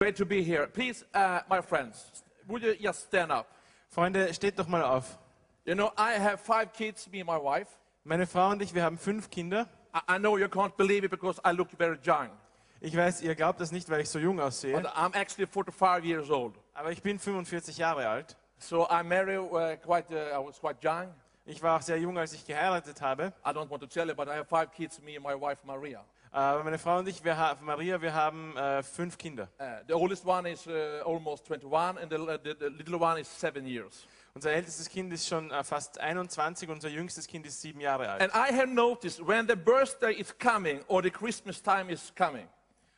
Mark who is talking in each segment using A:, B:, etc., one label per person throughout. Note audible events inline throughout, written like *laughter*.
A: Great to be here. Please, uh, my friends, would you just stand up?
B: Freunde, steht doch mal auf.
A: You know, I have five kids, me and my wife.
B: Meine Frau und ich, wir haben fünf Kinder.
A: I, I know you can't believe it because I look very young,
B: Ich weiß, ihr glaubt das nicht, weil ich so jung
A: but
B: aussehe,
A: I'm actually 45 years old.
B: aber ich bin 45 Jahre alt.
A: So I married uh, quite, uh, I was quite young.
B: Ich war auch sehr jung, als ich geheiratet habe.
A: I don't want to tell you, but I have five kids, me and my wife Maria.
B: Aber meine Frau und ich, wir ha Maria, wir haben äh, fünf Kinder.
A: Uh, the oldest one is uh, almost 21, and the, uh, the, the little one is seven years.
B: Unser ältestes Kind ist schon äh, fast 21, unser jüngstes Kind ist sieben Jahre alt.
A: And I have noticed when the birthday is coming or the Christmas time is coming,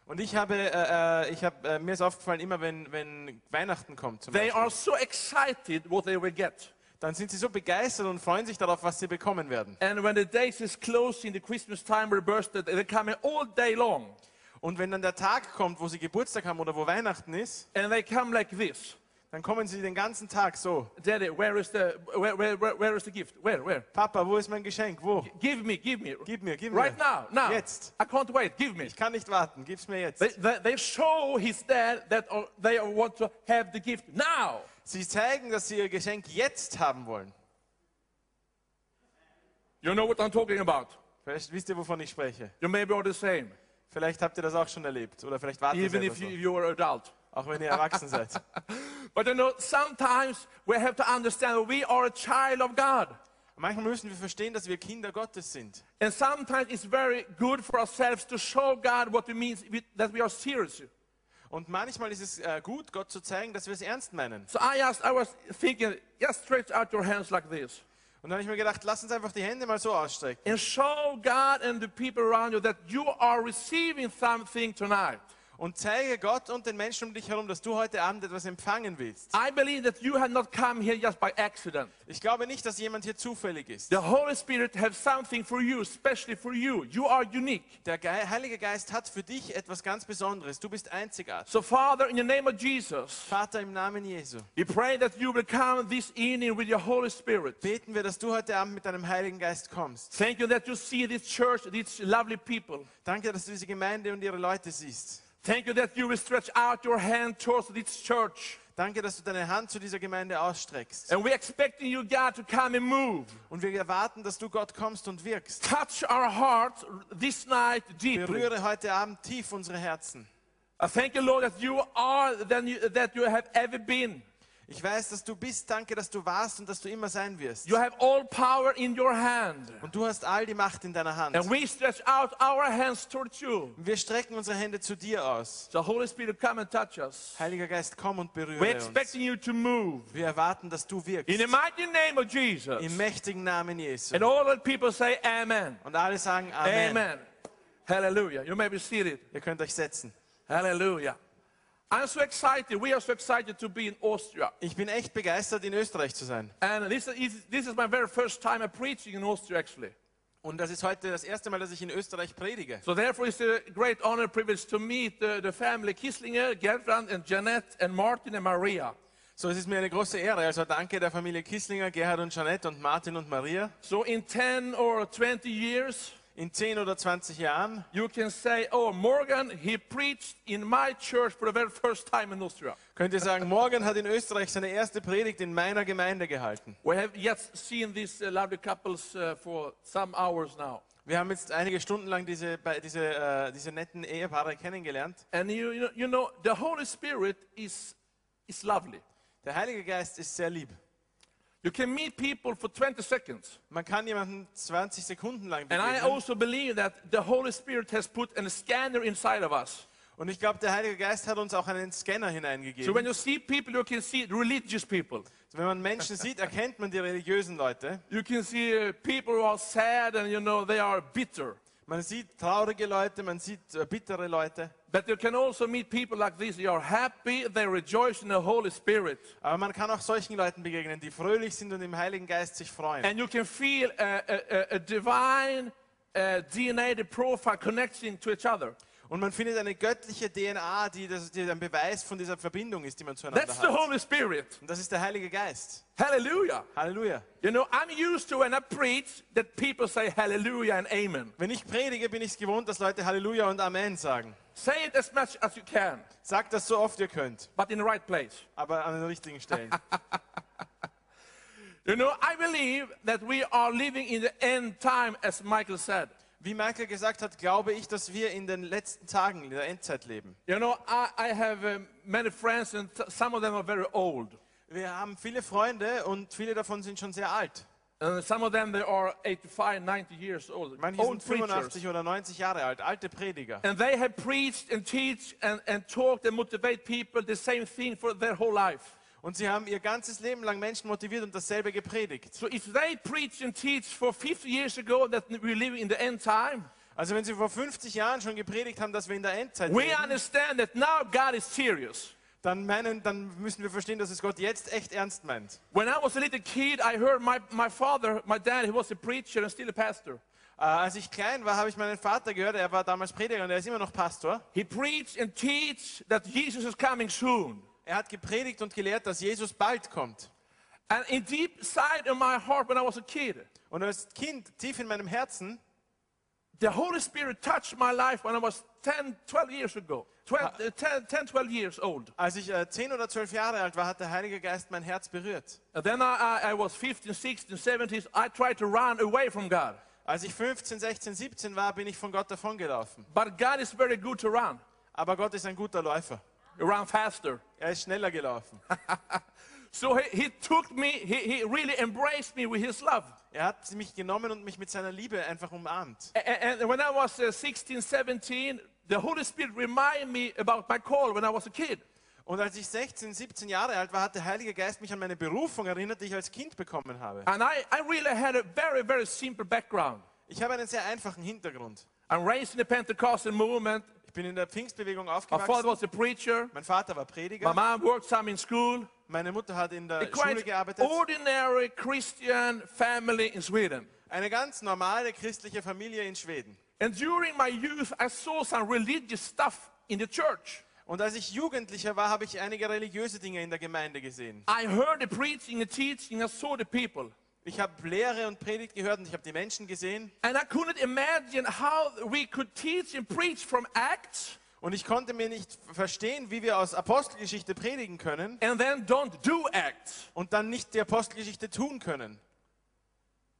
B: Und ich habe, äh, äh, ich hab, äh, mir ist aufgefallen, immer wenn, wenn Weihnachten kommt, zum
A: they
B: Beispiel,
A: are so excited what they will get.
B: dann sind sie so begeistert und freuen sich darauf, was sie bekommen werden.
A: And when the days is closing, the Christmas time or birthday, they're coming all day long.
B: Und wenn dann der Tag kommt, wo sie Geburtstag haben oder wo Weihnachten ist,
A: And they come like this.
B: dann kommen sie den ganzen Tag so.
A: Daddy, where is the where where where, where is the gift? Where where?
B: Papa, wo ist mein Geschenk? Wo?
A: Give me, give me.
B: Gib mir, gib mir.
A: Right now, now.
B: Jetzt.
A: I can't wait. Give me.
B: Ich kann nicht warten, gib's mir jetzt.
A: They, they, they show his dad that uh, they want to have the gift now.
B: Sie zeigen, dass sie ihr Geschenk jetzt haben wollen.
A: You know what I'm talking about.
B: Vielleicht wisst ihr, wovon ich spreche.
A: You maybe are the same,
B: Vielleicht habt ihr das auch schon erlebt oder vielleicht wartet ihr
A: even
B: selber
A: if you,
B: so,
A: you're an adult.
B: auch wenn ihr erwachsen seid.
A: *laughs* But you know, sometimes we have to understand we are a child of God.
B: Manchmal müssen wir verstehen, dass wir Kinder Gottes sind.
A: And sometimes it's very good for ourselves to show God what it means with, that we are serious.
B: Und manchmal ist es äh, gut, Gott zu zeigen, dass wir es ernst meinen.
A: So I asked, I was thinking, just stretch out your hands like this
B: Und dann habe ich mir gedacht, lass uns einfach die Hände mal so ausstrecken
A: and show God and the people around you that you are receiving something tonight.
B: und zeige Gott und den Menschen um dich herum, dass du heute Abend etwas empfangen willst.
A: I believe that you have not come here just by accident.
B: Ich glaube nicht, dass jemand hier zufällig ist.
A: The Holy Spirit has something for you, especially for you. You are unique.
B: Der Ge Heilige Geist hat für dich etwas ganz Besonderes. Du bist einzigartig.
A: So, Father, in the name of Jesus,
B: Vater, im Namen Jesu,
A: we pray that you will come this evening with your Holy Spirit.
B: beten wir, dass du heute Abend mit deinem Heiligen Geist kommst.
A: Thank you that you see this church, these lovely people.
B: Danke, dass du diese Gemeinde und ihre Leute siehst.
A: Thank you that you will stretch out your hand towards this church.
B: Danke, dass du deine Hand zu dieser Gemeinde ausstreckst.
A: And we're expecting you, God, to come and move.
B: Und wir erwarten, dass du Gott kommst und wirkst.
A: Touch our hearts this night deeply.
B: Berühre heute Abend tief unsere Herzen.
A: I thank you, Lord, that you are than you, that you have ever been.
B: Ich weiß, dass du bist. Danke, dass du warst und dass du immer sein wirst.
A: You have all power in your hand.
B: Und du hast all die Macht in deiner Hand.
A: And
B: Und
A: we stretch out our hands towards you.
B: wir strecken unsere Hände zu dir aus.
A: So, Holy Spirit, come and touch us.
B: Heiliger Geist, komm und
A: We're
B: berühre uns.
A: expecting you to move.
B: Wir erwarten, dass du
A: In the
B: wirkst.
A: mighty name of Jesus.
B: Im mächtigen Namen Jesu.
A: And all the people say, Amen.
B: Und alle sagen
A: Amen.
B: Amen.
A: Hallelujah. You may be seated.
B: Ihr könnt euch setzen.
A: Hallelujah. I'm so excited. We are so excited to be in Austria.
B: Ich bin echt begeistert, in Österreich zu sein.
A: And this is, this is my very first time I'm preaching in Austria, actually.
B: Und das ist heute das erste Mal, dass ich in Österreich predige.
A: So therefore, it's a great honor and privilege to meet the, the family Kisslinger, Gertrand, and Jeanette, and Martin, and Maria.
B: So, es ist mir eine große Ehre. Also danke der Familie Kisslinger, Gerhard und Jeanette und Martin und Maria.
A: So in 10 or 20 years,
B: In 10 oder 20 Jahren
A: you can say, oh, Morgan, he preached in my church for the very first time in Austria.
B: könnt ihr sagen, Morgan hat in Österreich seine erste Predigt in meiner Gemeinde gehalten.
A: We have just seen these uh, lovely couples uh, for some hours now.
B: Wir haben jetzt einige Stunden lang diese, bei- diese, äh, diese netten Ehepaare kennengelernt.
A: And you, you, know, you know, the Holy Spirit is, is lovely.
B: Der Heilige Geist ist sehr lieb.
A: You can meet people for 20 seconds.
B: Man kann jemanden 20 Sekunden lang
A: And I
B: begegnen.
A: also believe that the Holy Spirit has put a scanner inside of us.
B: Und ich glaube, der Heilige Geist hat uns auch einen Scanner
A: So when
B: hineingegeben. Also
A: you see people, you can see religious people.
B: Wenn man Menschen sieht, erkennt man die religiösen Leute.
A: You can see uh, people who are sad and, you know, they are bitter.
B: Man sieht traurige Leute, man sieht äh, bittere Leute.
A: But you can also meet people like this. They are happy, they rejoice in the Holy Spirit.
B: Aber man kann auch solchen Leuten begegnen, die fröhlich sind und im Heiligen Geist sich freuen.
A: And you can feel a, a, a- a divine uh, DNA the profile connecting to each other.
B: Und man findet eine göttliche DNA, die, das, die ein Beweis von dieser Verbindung ist, die man zueinander
A: That's the
B: hat.
A: Holy Spirit.
B: Und das ist der Heilige Geist.
A: Hallelujah.
B: Halleluja.
A: You know, I'm used to when I preach that people say hallelujah and amen.
B: Wenn ich predige, bin ich es gewohnt, dass Leute Halleluja und Amen sagen.
A: Say it as much as you can,
B: Sagt das so oft ihr könnt,
A: but in the right place.
B: aber an den richtigen Stellen.
A: You know, I believe that we are living in the end time, as Michael said.
B: Wie Michael gesagt hat, glaube ich, dass wir in den letzten Tagen der Endzeit leben.
A: You know, I, I have um, many friends, and t- some of them are very old.
B: Wir haben viele Freunde und viele davon sind schon sehr alt.
A: And some of them, they are 85, 90 years old.
B: Manche
A: Old
B: sind
A: preachers.
B: 85 oder 90 Jahre alt, alte Prediger.
A: And they have preached and teach and, and talked and motivate people the same thing for their whole life.
B: Und sie haben ihr ganzes Leben lang Menschen motiviert und dasselbe gepredigt.
A: So if they preach and teach for 50 years ago that we live in the end time,
B: Also wenn sie vor 50 Jahren schon gepredigt haben, dass wir in der Endzeit
A: we
B: leben,
A: understand that now God is serious.
B: dann, meinen, dann müssen wir verstehen, dass es Gott jetzt echt ernst meint.
A: When I was a little kid, I heard my, my father, my dad, he was a preacher and still a pastor.
B: Äh, als ich klein war, habe ich meinen Vater gehört, er war damals Prediger und er ist immer noch Pastor.
A: He preached and teach that Jesus is coming soon.
B: Er hat gepredigt und gelehrt, dass Jesus bald kommt.
A: And in deep inside of my heart when I was a kid,
B: Und als Kind, tief in meinem Herzen,
A: the Holy Spirit touched my life when I was 10, 12 years ago. 12, uh, 10, 10, 12 years old.
B: als ich äh, 10 oder 12 Jahre alt war, hat der Heilige Geist mein Herz berührt.
A: And then I, I, I was 15, 16, 17. I tried to run away from God.
B: Als ich 15, 16, 17 war, bin ich von Gott davongelaufen.
A: But God is very good to run.
B: Aber Gott ist ein guter Läufer.
A: You run faster.
B: Er ist schneller gelaufen.
A: So he, he took me, he, he really embraced me with his love.
B: Er hat mich genommen und mich mit seiner Liebe einfach umarmt.
A: A- a- And, when I was uh, 16, 17, the Holy Spirit reminded me about my call when I was a kid.
B: Und als ich 16, 17 Jahre alt war, hat der Heilige Geist mich an meine Berufung erinnert, die ich als Kind bekommen habe.
A: And I, I really had a very, very simple background.
B: Ich habe einen sehr einfachen Hintergrund.
A: I'm raised in the Pentecostal movement.
B: Ich bin in der Pfingstbewegung
A: My father
B: aufgewachsen.
A: was a preacher.
B: Mein Vater war
A: My
B: Prediger.
A: mom worked some in school.
B: Meine Mutter hat in
A: A
B: der Schule
A: quite
B: gearbeitet.
A: ordinary Christian family in Sweden.
B: Eine ganz normale christliche Familie in Schweden.
A: And during my youth, I saw some religious stuff in the church.
B: Und als ich Jugendlicher war, habe ich einige religiöse Dinge in der Gemeinde gesehen.
A: I heard the preaching, the teaching, I saw the people.
B: Ich habe Lehre und Predigt gehört und ich habe die Menschen gesehen.
A: And I couldn't imagine how we could teach and preach from Acts
B: Und ich konnte mir nicht verstehen, wie wir aus Apostelgeschichte predigen können
A: and then don't do Acts.
B: und dann nicht die Apostelgeschichte tun können.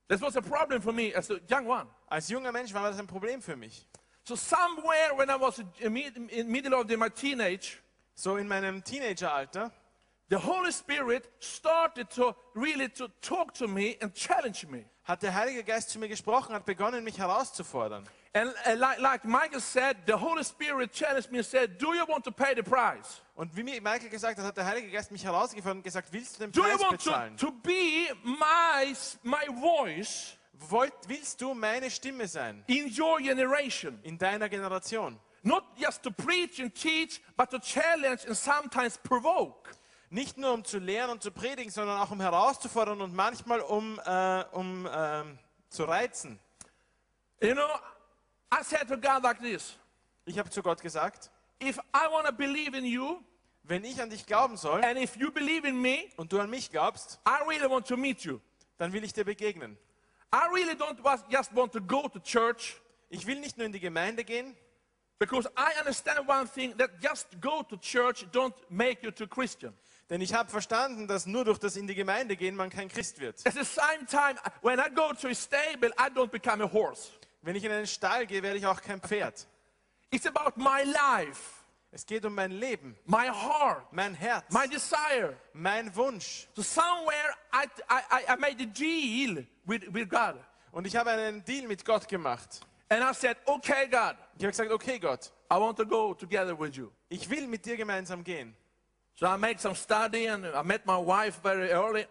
A: This was a problem for me as a young one.
B: Als junger Mensch war das ein Problem für mich.
A: So somewhere when I was in the middle of the- my teenage,
B: So in meinem Teenageralter
A: the Holy Spirit started to really to talk to me and challenge me.
B: hat der Heilige Geist zu mir gesprochen, hat begonnen, mich herauszufordern.
A: And uh, like, like Michael said, the Holy Spirit challenged me and said, do you want to pay the price?
B: Und wie mir Michael gesagt hat, hat der Heilige Geist mich herausgefordert und gesagt, willst du den
A: Do you
B: Preis
A: want to,
B: bezahlen?
A: to be my, my voice
B: Wollt, willst du meine Stimme sein
A: in your generation?
B: in deiner Generation?
A: Not just to preach and teach, but to challenge and sometimes provoke.
B: Nicht nur um zu lehren und zu predigen, sondern auch um herauszufordern und manchmal um, äh, um ähm, zu reizen.
A: You know, I said to God like this
B: Ich habe zu Gott gesagt,
A: if I want to believe in you,
B: wenn ich an dich glauben soll
A: and if you believe in me,
B: und du an mich glaubst,
A: I really want to meet you.
B: dann will ich dir begegnen.
A: I really don't was- just want to go to church
B: Ich will nicht nur in die Gemeinde gehen,
A: because I understand one thing that just go to church don't make you to Christian.
B: denn ich habe verstanden, dass nur durch das in die Gemeinde gehen man kein Christ wird.
A: At the same time, when I go to a stable, I don't become a horse.
B: Wenn ich in einen Stall gehe, werde ich auch kein Pferd.
A: It's about my life,
B: Es geht um mein Leben,
A: my heart,
B: mein Herz,
A: my desire.
B: mein Wunsch.
A: So somewhere I, I, I- I made a deal with, with God.
B: Und ich habe einen Deal mit Gott gemacht.
A: And I said, okay, God,
B: Ich habe gesagt, okay Gott,
A: I want to go together with you.
B: ich will mit dir gemeinsam gehen.
A: So I made some study and I met my wife very early.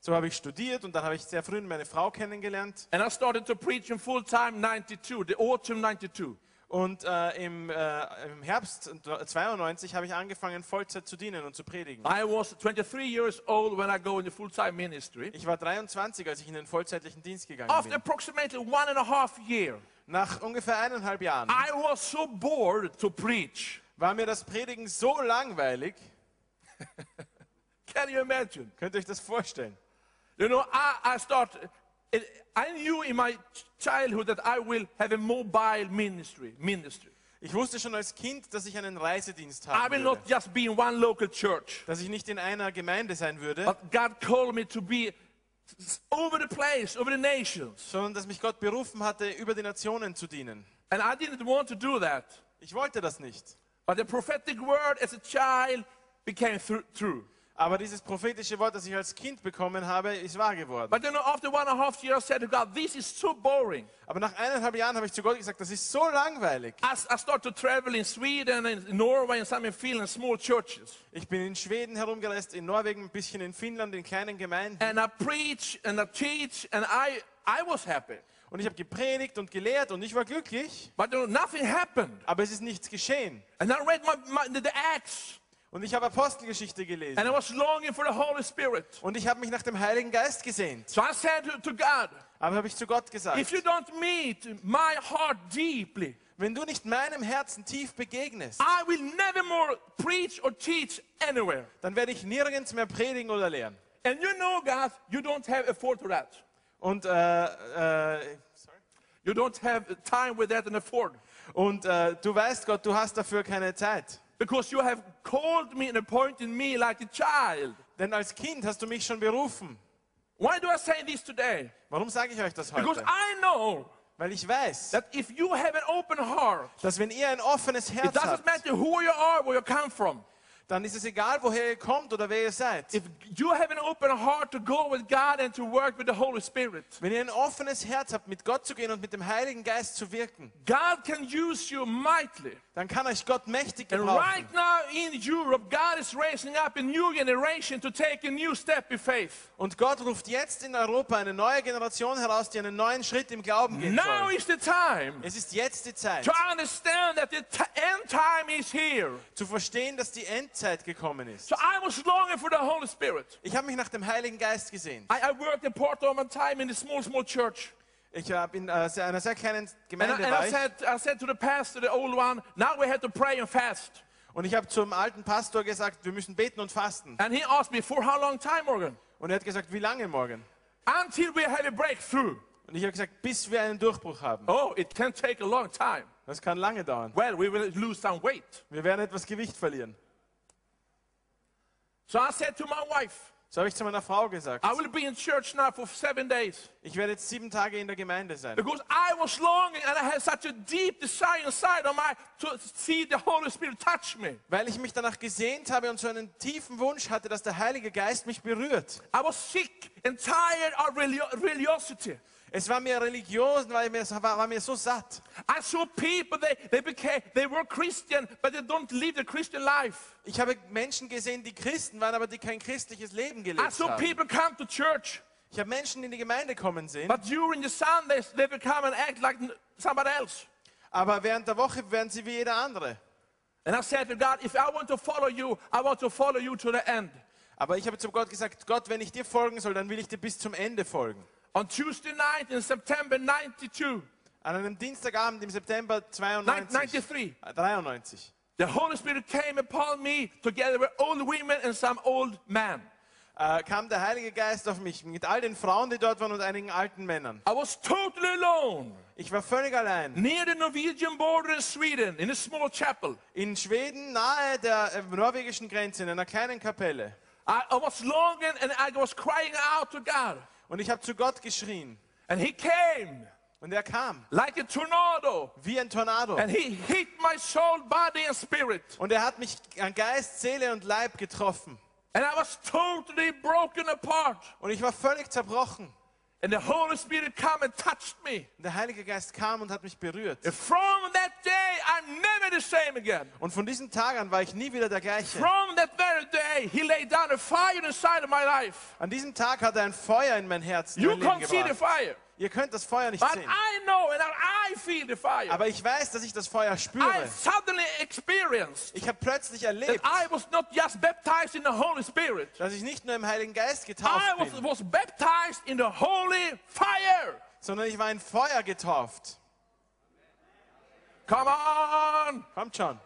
B: So habe ich studiert und dann habe ich sehr früh meine Frau kennengelernt.
A: And I started to preach in full time 92, the autumn 92.
B: Und äh, im, äh, im Herbst 92 habe ich angefangen, Vollzeit zu dienen und zu predigen.
A: I was 23 years old when I go in the full time ministry.
B: Ich war 23, als ich in den vollzeitlichen Dienst gegangen
A: After
B: bin.
A: approximately one and a half year,
B: Nach ungefähr eineinhalb Jahren
A: I was so bored to preach.
B: war mir das Predigen so langweilig.
A: Can you imagine?
B: Könnt ihr euch das vorstellen?
A: You know, I, I start. It, I knew in my ch- childhood that I will have a mobile ministry. Ministry.
B: Ich wusste schon als Kind, dass ich einen Reisedienst
A: I
B: haben
A: will
B: würde.
A: not just be in one local church,
B: Dass ich nicht in einer Gemeinde sein würde,
A: but God called me to be over the place, over the nations.
B: sondern dass mich Gott berufen hatte, über die Nationen zu dienen.
A: And I didn't want to do that.
B: Ich wollte das nicht.
A: But the prophetic word as a child became thr- true.
B: Aber dieses prophetische Wort, das ich als Kind bekommen habe, ist wahr geworden.
A: But then after one and a half years, I said to God, this is so boring.
B: Aber nach eineinhalb Jahren habe ich zu Gott gesagt, das ist so langweilig.
A: I, I started to travel in Sweden and in Norway and some in Finland, small churches.
B: Ich bin in Schweden herumgereist, in Norwegen, ein bisschen in Finnland, in kleinen Gemeinden.
A: And I preach and I teach and I, I was happy.
B: Und ich habe gepredigt und gelehrt und ich war glücklich.
A: But uh, nothing happened.
B: Aber es ist nichts geschehen.
A: And I read my, my, the, the Acts
B: Und ich habe Apostelgeschichte
A: and I
B: gelesen.
A: was longing for the Holy Spirit.
B: Und ich habe mich nach dem Heiligen Geist gesehnt.
A: So I said to, to God,
B: Aber habe ich zu Gott
A: if
B: gesagt,
A: you don't meet my heart deeply,
B: wenn du nicht meinem Herzen tief begegnest,
A: I will never more preach or teach anywhere.
B: dann werde ich nirgends mehr predigen oder lehren.
A: And you know, guys, you don't have effort for that.
B: Und, äh, äh,
A: You don't have time with that and afford.
B: und äh, du weißt, Gott, du hast dafür keine Zeit.
A: Because you have called me and appointed me like a child.
B: Denn als Kind hast du mich schon berufen.
A: Why do I say this today?
B: Warum sage ich euch das
A: Because
B: heute?
A: I know
B: Weil ich weiß,
A: that if you have an open heart,
B: dass wenn ihr ein offenes
A: it
B: Herz
A: doesn't
B: habt,
A: matter who you are, where you come from.
B: dann ist es egal, woher ihr kommt oder wer ihr seid.
A: If you have an open heart to go with God and to work with the Holy Spirit,
B: Wenn ihr ein offenes Herz habt, mit Gott zu gehen und mit dem Heiligen Geist zu wirken,
A: God can use you mightily.
B: dann kann euch Gott mächtig
A: And
B: gebrauchen.
A: right now in Europe, God is raising up a new generation to take a new step in faith.
B: Und Gott ruft jetzt in Europa eine neue Generation heraus, die einen neuen Schritt im Glauben gehen
A: Now
B: soll.
A: is the time
B: Es ist jetzt die Zeit,
A: to understand that the t- end time is here.
B: zu verstehen, dass die Endzeit gekommen ist.
A: So I was longing for the Holy Spirit.
B: Ich habe mich nach dem Heiligen Geist gesehen.
A: I, I worked a part of my time in a small, small church.
B: Ich habe in äh, sehr- einer sehr kleinen
A: And, I,
B: Gemeinde
A: and I,
B: war ich,
A: said, I said to the pastor, the old one, now we have to pray and fast.
B: und ich habe zum alten Pastor gesagt, wir müssen beten und fasten.
A: And he asked me, for how long time, Morgan?
B: Und er hat gesagt, wie lange morgen?
A: Until we have a breakthrough.
B: Und ich habe gesagt, bis wir einen Durchbruch haben.
A: Oh, it can take a long time.
B: Das kann lange dauern.
A: Well, we will lose some weight.
B: Wir werden etwas Gewicht verlieren.
A: So I said to my wife,
B: So habe ich zu meiner Frau gesagt,
A: I will be in church now for seven days
B: ich werde jetzt sieben Tage in der Gemeinde sein.
A: because I was longing and I had such a deep desire inside of my to see the Holy Spirit touch me.
B: Weil ich mich danach gesehnt habe und so einen tiefen Wunsch hatte, dass der Heilige Geist mich berührt.
A: I was sick and tired of relio- religiosity.
B: Es war mir religiös, war mir, war, war mir so satt.
A: I saw people they, they became they were Christian, but they don't live the Christian life.
B: Ich habe Menschen gesehen, die Christen waren, aber die kein christliches Leben
A: I
B: gelebt
A: saw
B: haben.
A: people come to church,
B: Ich habe Menschen in die Gemeinde kommen sehen,
A: but during the Sundays they become and act like n- somebody else.
B: aber während der Woche werden sie wie jeder andere.
A: And I said to God, if I want to follow you, I want to follow you to the end.
B: Aber ich habe zu Gott gesagt, Gott, wenn ich dir folgen soll, dann will ich dir bis zum Ende folgen.
A: On Tuesday night in September 92,
B: An einem Dienstagabend im September 92,
A: 93,
B: äh, 93
A: the Holy Spirit came upon me together with old women and some old men.
B: äh, kam der Heilige Geist auf mich mit all den Frauen, die dort waren und einigen alten Männern.
A: I was totally alone
B: Ich war völlig allein.
A: near the Norwegian border in Sweden in a small chapel.
B: In Schweden, nahe der äh, norwegischen Grenze, in einer kleinen Kapelle.
A: I, I was longing and I was crying out to God.
B: Und ich habe zu Gott geschrien.
A: And He came
B: Und er kam,
A: like a tornado
B: wie ein Tornado.
A: and He hit my soul, body, and spirit.
B: Und er hat mich an Geist, Seele und Leib getroffen.
A: And I was totally broken apart.
B: Und ich war völlig zerbrochen.
A: And the Holy Spirit came and touched me.
B: Und der Heilige Geist kam und hat mich berührt.
A: And from that day, I'm never the same again.
B: Und von diesem Tag an war ich nie wieder der gleiche.
A: From that very day, He laid down a fire inside of my life.
B: An diesem Tag hat er ein Feuer in mein Herz. in
A: You
B: mein Leben
A: can't see the
B: gebracht.
A: fire,
B: Ihr könnt das Feuer nicht
A: but
B: sehen.
A: I know and I feel the fire.
B: Aber ich weiß, dass ich das Feuer
A: I
B: spüre.
A: suddenly experienced
B: Ich habe plötzlich
A: that
B: erlebt,
A: I was not just baptized in the Holy Spirit.
B: dass ich nicht nur im Heiligen Geist
A: I
B: getauft
A: was,
B: bin,
A: was baptized in the holy fire.
B: sondern ich war in Feuer getauft.
A: Come on.
B: Kommt schon.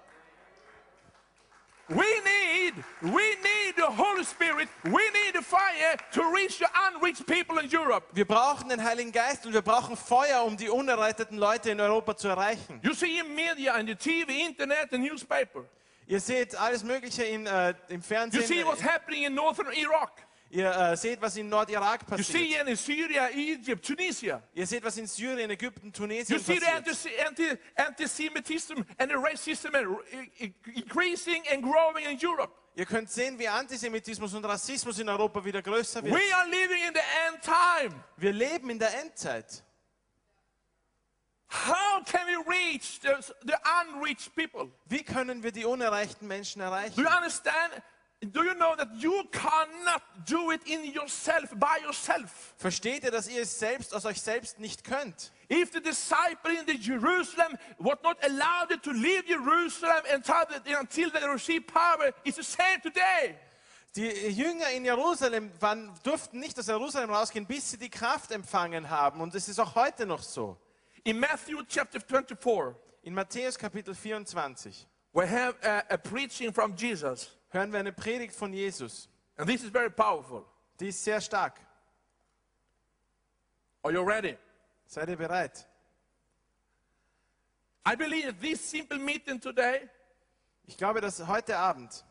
A: We need, we need the Holy Spirit. We need the fire to reach the unreached people in Europe.
B: Wir brauchen den Heiligen Geist und wir brauchen Feuer, um die unerretteten Leute in Europa zu erreichen.
A: You see in media, in the TV, internet, and newspaper.
B: Ihr seht alles Mögliche in, äh, im
A: You
B: Fernsehen.
A: see what's happening in northern Iraq.
B: Ihr äh, seht, was in Nordirak
A: You see
B: passiert.
A: in Syria, Egypt, Tunisia.
B: Ihr seht, was in Syrien, Ägypten,
A: You
B: Tunesien
A: see the
B: passiert.
A: anti- anti- anti-Semitism and the racism are i- i- increasing and growing in Europe.
B: Ihr könnt sehen, wie Antisemitismus und Rassismus in Europa wieder größer wird.
A: We are living in the end time.
B: Wir leben in der Endzeit.
A: How can we reach the, the unreached people?
B: Wie können wir die unerreichten Menschen
A: Do
B: erreichen?
A: you understand? Do you know that you cannot do it in yourself, by yourself?
B: Versteht ihr, dass ihr es selbst aus euch selbst nicht könnt?
A: If the disciple in the Jerusalem was not allowed to leave Jerusalem until they, until they receive power, it's the same today.
B: Die Jünger in Jerusalem waren, durften nicht aus Jerusalem rausgehen, bis sie die Kraft empfangen haben. Und es ist auch heute noch so.
A: In Matthew chapter 24,
B: In Matthäus Kapitel 24
A: we have a, a preaching from Jesus,
B: hören wir eine Predigt von Jesus.
A: and this is very powerful.
B: Die ist sehr stark.
A: Are you ready?
B: Seid ihr bereit?
A: I believe that this simple meeting today
B: Ich glaube, dass heute Abend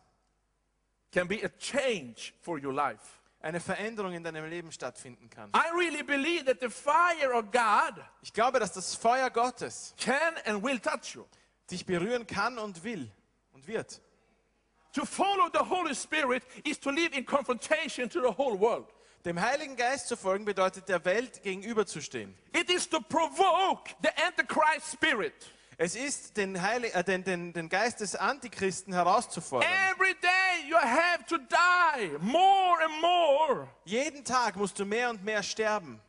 A: can be a change for your life.
B: eine Veränderung in deinem Leben stattfinden kann.
A: I really believe that the fire of God
B: Ich glaube, dass das Feuer Gottes
A: can and will touch you.
B: dich berühren kann und will und wird.
A: To follow the Holy Spirit is to live in confrontation to the whole world.
B: Dem Heiligen Geist zu folgen bedeutet, der Welt gegenüberzustehen.
A: It is to provoke the Antichrist spirit.
B: Es ist, den, Heili äh, den, den, den Geist des Antichristen herauszufordern.
A: Every day you have to die more and more
B: Jeden Tag musst du mehr und mehr sterben,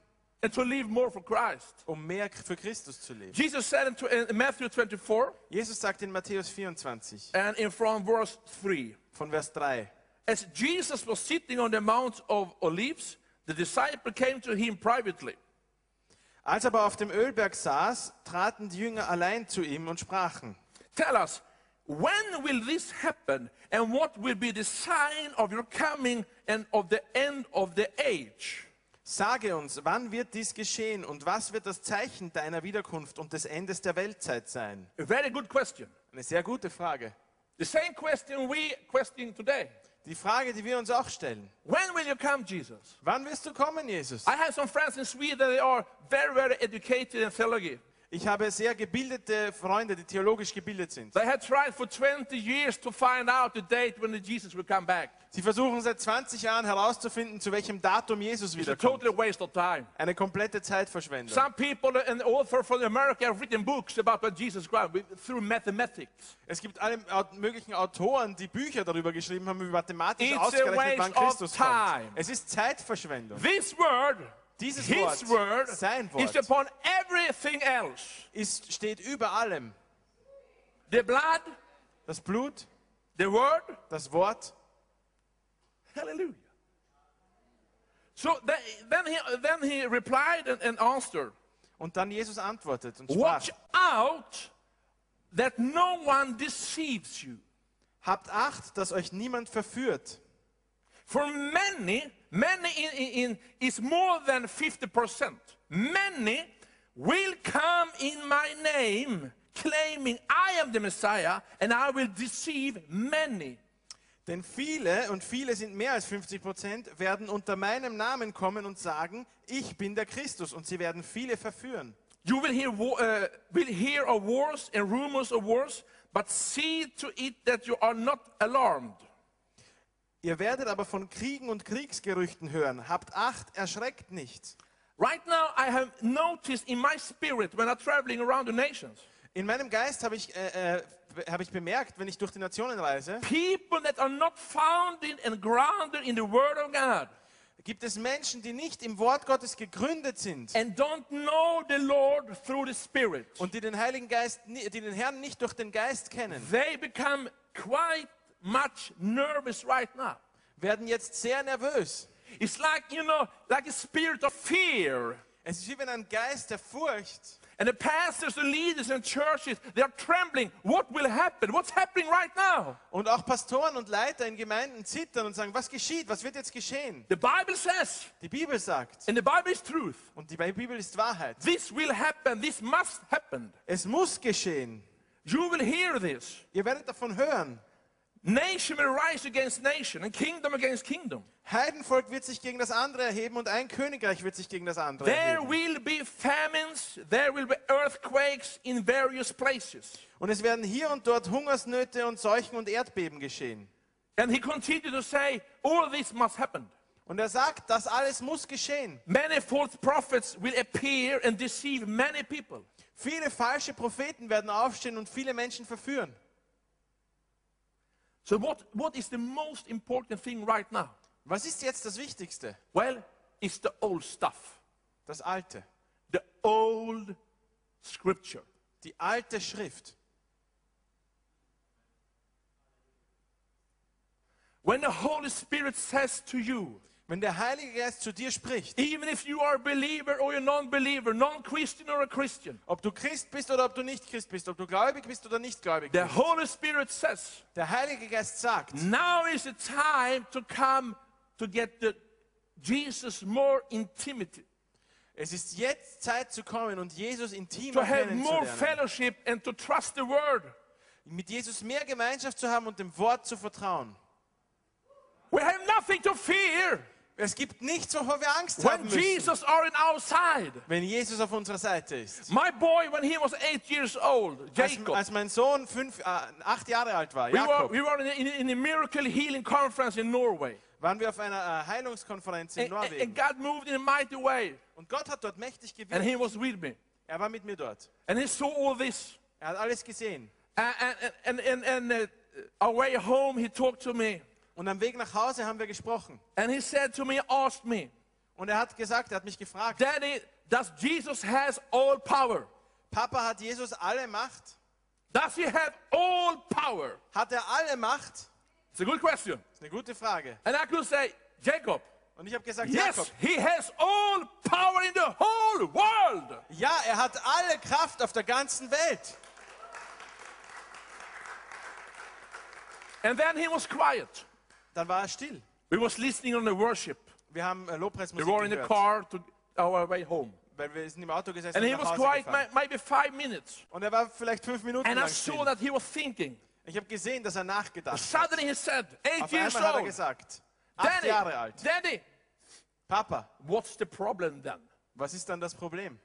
A: and to live more for Christ.
B: um mehr für Christus zu leben.
A: Jesus said in, tw- in Matthew 24
B: Jesus sagt in Matthäus 24
A: and in from verse 3
B: von Vers 3,
A: As Jesus was sitting on the Mount of Olives, the disciple came to him privately.
B: Als aber auf dem Ölberg saß, traten die Jünger allein zu ihm und sprachen,
A: Tell us, when will this happen and what will be the sign of your coming and of the end of the age?
B: Sage uns, wann wird dies geschehen und was wird das Zeichen deiner Wiederkunft und des Endes der Weltzeit sein?
A: A very good question.
B: Eine sehr gute Frage.
A: The same question we question today.
B: Die Frage, die wir uns auch stellen.
A: When will you come, Jesus?
B: Wann wirst du kommen, Jesus?
A: I have some friends in Sweden, they are very, very educated in theology.
B: Ich habe sehr gebildete Freunde, die theologisch gebildet sind.
A: They had tried for 20 years to find out the date when the Jesus will come back.
B: Sie versuchen seit 20 Jahren herauszufinden, zu welchem Datum
A: It's
B: Jesus
A: a
B: wiederkommt.
A: totally waste of time.
B: Eine komplette Zeitverschwendung.
A: Some people and author from America have written books about when Jesus came with- through mathematics.
B: Es gibt alle au- möglichen Autoren, die Bücher darüber geschrieben haben, über mathematisch
A: It's a
B: ausgerechnet,
A: waste
B: wann
A: of
B: Christus kommt.
A: time.
B: Es ist Zeitverschwendung.
A: This word,
B: Dieses
A: his
B: Wort,
A: word,
B: sein
A: is
B: Wort,
A: upon everything else.
B: ist, steht über allem.
A: The blood,
B: Das Blut,
A: the word,
B: das Wort.
A: hallelujah. So th- then, he, then he replied and, and answered,
B: Und dann Jesus antwortet und sprach,
A: Watch out that no one deceives you.
B: habt Acht, dass euch niemand verführt.
A: For many, many in, in, in- is more than 50%. Many will come in my name, claiming I am the Messiah, and I will deceive many.
B: Denn viele, und viele sind mehr als 50 Prozent, werden unter meinem Namen kommen und sagen, ich bin der Christus und sie werden viele verführen.
A: You will hear, wa- uh, will hear of wars and rumors of wars, but see to it that you are not alarmed.
B: Ihr werdet aber von Kriegen und Kriegsgerüchten hören. Habt Acht, erschreckt nicht.
A: Right now, I have noticed in my spirit when I'm traveling around the nations,
B: In meinem Geist habe ich, äh, äh, be- habe ich bemerkt, wenn ich durch die Nationen reise,
A: people that are not founded and grounded in the Word of God.
B: gibt es Menschen, die nicht im Wort Gottes gegründet sind
A: and don't know the Lord through the Spirit.
B: und die den Heiligen Geist, ni- die den Herrn nicht durch den Geist kennen,
A: They become quite much nervous right now.
B: werden jetzt sehr nervös.
A: It's like, you know, like a spirit of fear.
B: Es ist wie wenn ein Geist der Furcht
A: And the pastors, the leaders and churches, they are trembling. What will happen? What's happening right now?
B: Und auch Pastoren und Leiter in Gemeinden zittern und sagen, was geschieht? Was wird jetzt geschehen?
A: The Bible says,
B: Die Bibel sagt,
A: and the Bible is truth,
B: und die Bibel ist Wahrheit,
A: this will happen, this must happen.
B: es muss geschehen.
A: You will hear this.
B: Ihr werdet davon hören.
A: Nation will rise against nation and kingdom against kingdom.
B: Heidenvolk wird sich gegen das andere erheben und ein Königreich wird sich gegen das andere
A: There
B: erheben.
A: will be famines, there will be earthquakes in various places.
B: Und es werden hier und dort Hungersnöte und Seuchen und Erdbeben geschehen.
A: And he continued to say, All this must happen.
B: Und er sagt, das alles muss geschehen.
A: Many false prophets will appear and deceive many people.
B: Viele falsche Propheten werden aufstehen und viele Menschen verführen.
A: So, what, what is the most important thing right now?
B: Was ist jetzt das Wichtigste?
A: Well, it's the old stuff,
B: Das Alte.
A: the old scripture.
B: Die alte Schrift.
A: When the Holy Spirit says to you,
B: Wenn der Heilige Geist zu dir spricht,
A: even if you are a believer or a non believer, non Christian or a Christian,
B: ob du Christ bist oder ob du nicht Christ bist, ob du gläubig bist oder nicht gläubig
A: the
B: bist,
A: Holy Spirit says,
B: der Heilige Geist sagt,
A: Now is the time to come to get the Jesus more intimity,
B: es ist jetzt Zeit zu kommen und Jesus intimer
A: to have more
B: kennenzulernen,
A: fellowship and to trust the word.
B: mit Jesus mehr Gemeinschaft zu haben und dem Wort zu vertrauen.
A: We have nothing to fear
B: Es gibt nichts, wovor wir Angst haben
A: when
B: müssen,
A: Jesus are in our side.
B: wenn Jesus auf unserer Seite ist.
A: My boy, when he was eight years old,
B: Als,
A: Jacob,
B: als mein Sohn fünf, äh, acht Jahre alt war,
A: we were, we
B: Jakob,
A: were in, a, in a miracle healing conference in Norway.
B: waren wir auf einer äh, Heilungskonferenz
A: And,
B: in
A: and- and
B: Norwegen.
A: God moved in a mighty way,
B: Und Gott hat dort mächtig
A: and
B: gewirkt.
A: he was with me.
B: Er war mit mir dort.
A: And he saw all this.
B: Er hat alles gesehen.
A: And, and, and, and, and uh, our way home, he talked to me.
B: Und am Weg nach Hause haben wir gesprochen.
A: And he said to me, asked me,
B: Und er hat gesagt, er hat mich gefragt,
A: Daddy, does Jesus has all power?
B: Papa, hat Jesus alle Macht?
A: Does he have all power?
B: Hat er alle Macht? Das
A: It's a good question.
B: ist eine gute Frage.
A: And I could say, Jacob,
B: Und ich habe gesagt,
A: yes,
B: Jakob,
A: he has all power in the whole world.
B: ja, er hat alle Kraft auf der ganzen Welt.
A: And then he was quiet.
B: Dann war er still.
A: We was listening on the worship.
B: Wir haben äh,
A: We
B: Lobpreismusik
A: were in the
B: gehört,
A: car to our way home.
B: weil wir sind im Auto gesessen
A: And
B: und
A: he
B: nach
A: was
B: Hause
A: quiet
B: gefahren.
A: ma- maybe five minutes.
B: Und er war vielleicht fünf Minuten
A: And I
B: lang
A: saw
B: still.
A: that he was thinking.
B: Ich habe gesehen, dass er nachgedacht hat.
A: Suddenly he said, eight
B: Auf
A: years
B: einmal hat er
A: old,
B: gesagt, acht Jahre
A: Daddy,
B: alt,
A: Daddy,
B: Papa,
A: what's the problem then?
B: was ist dann das Problem?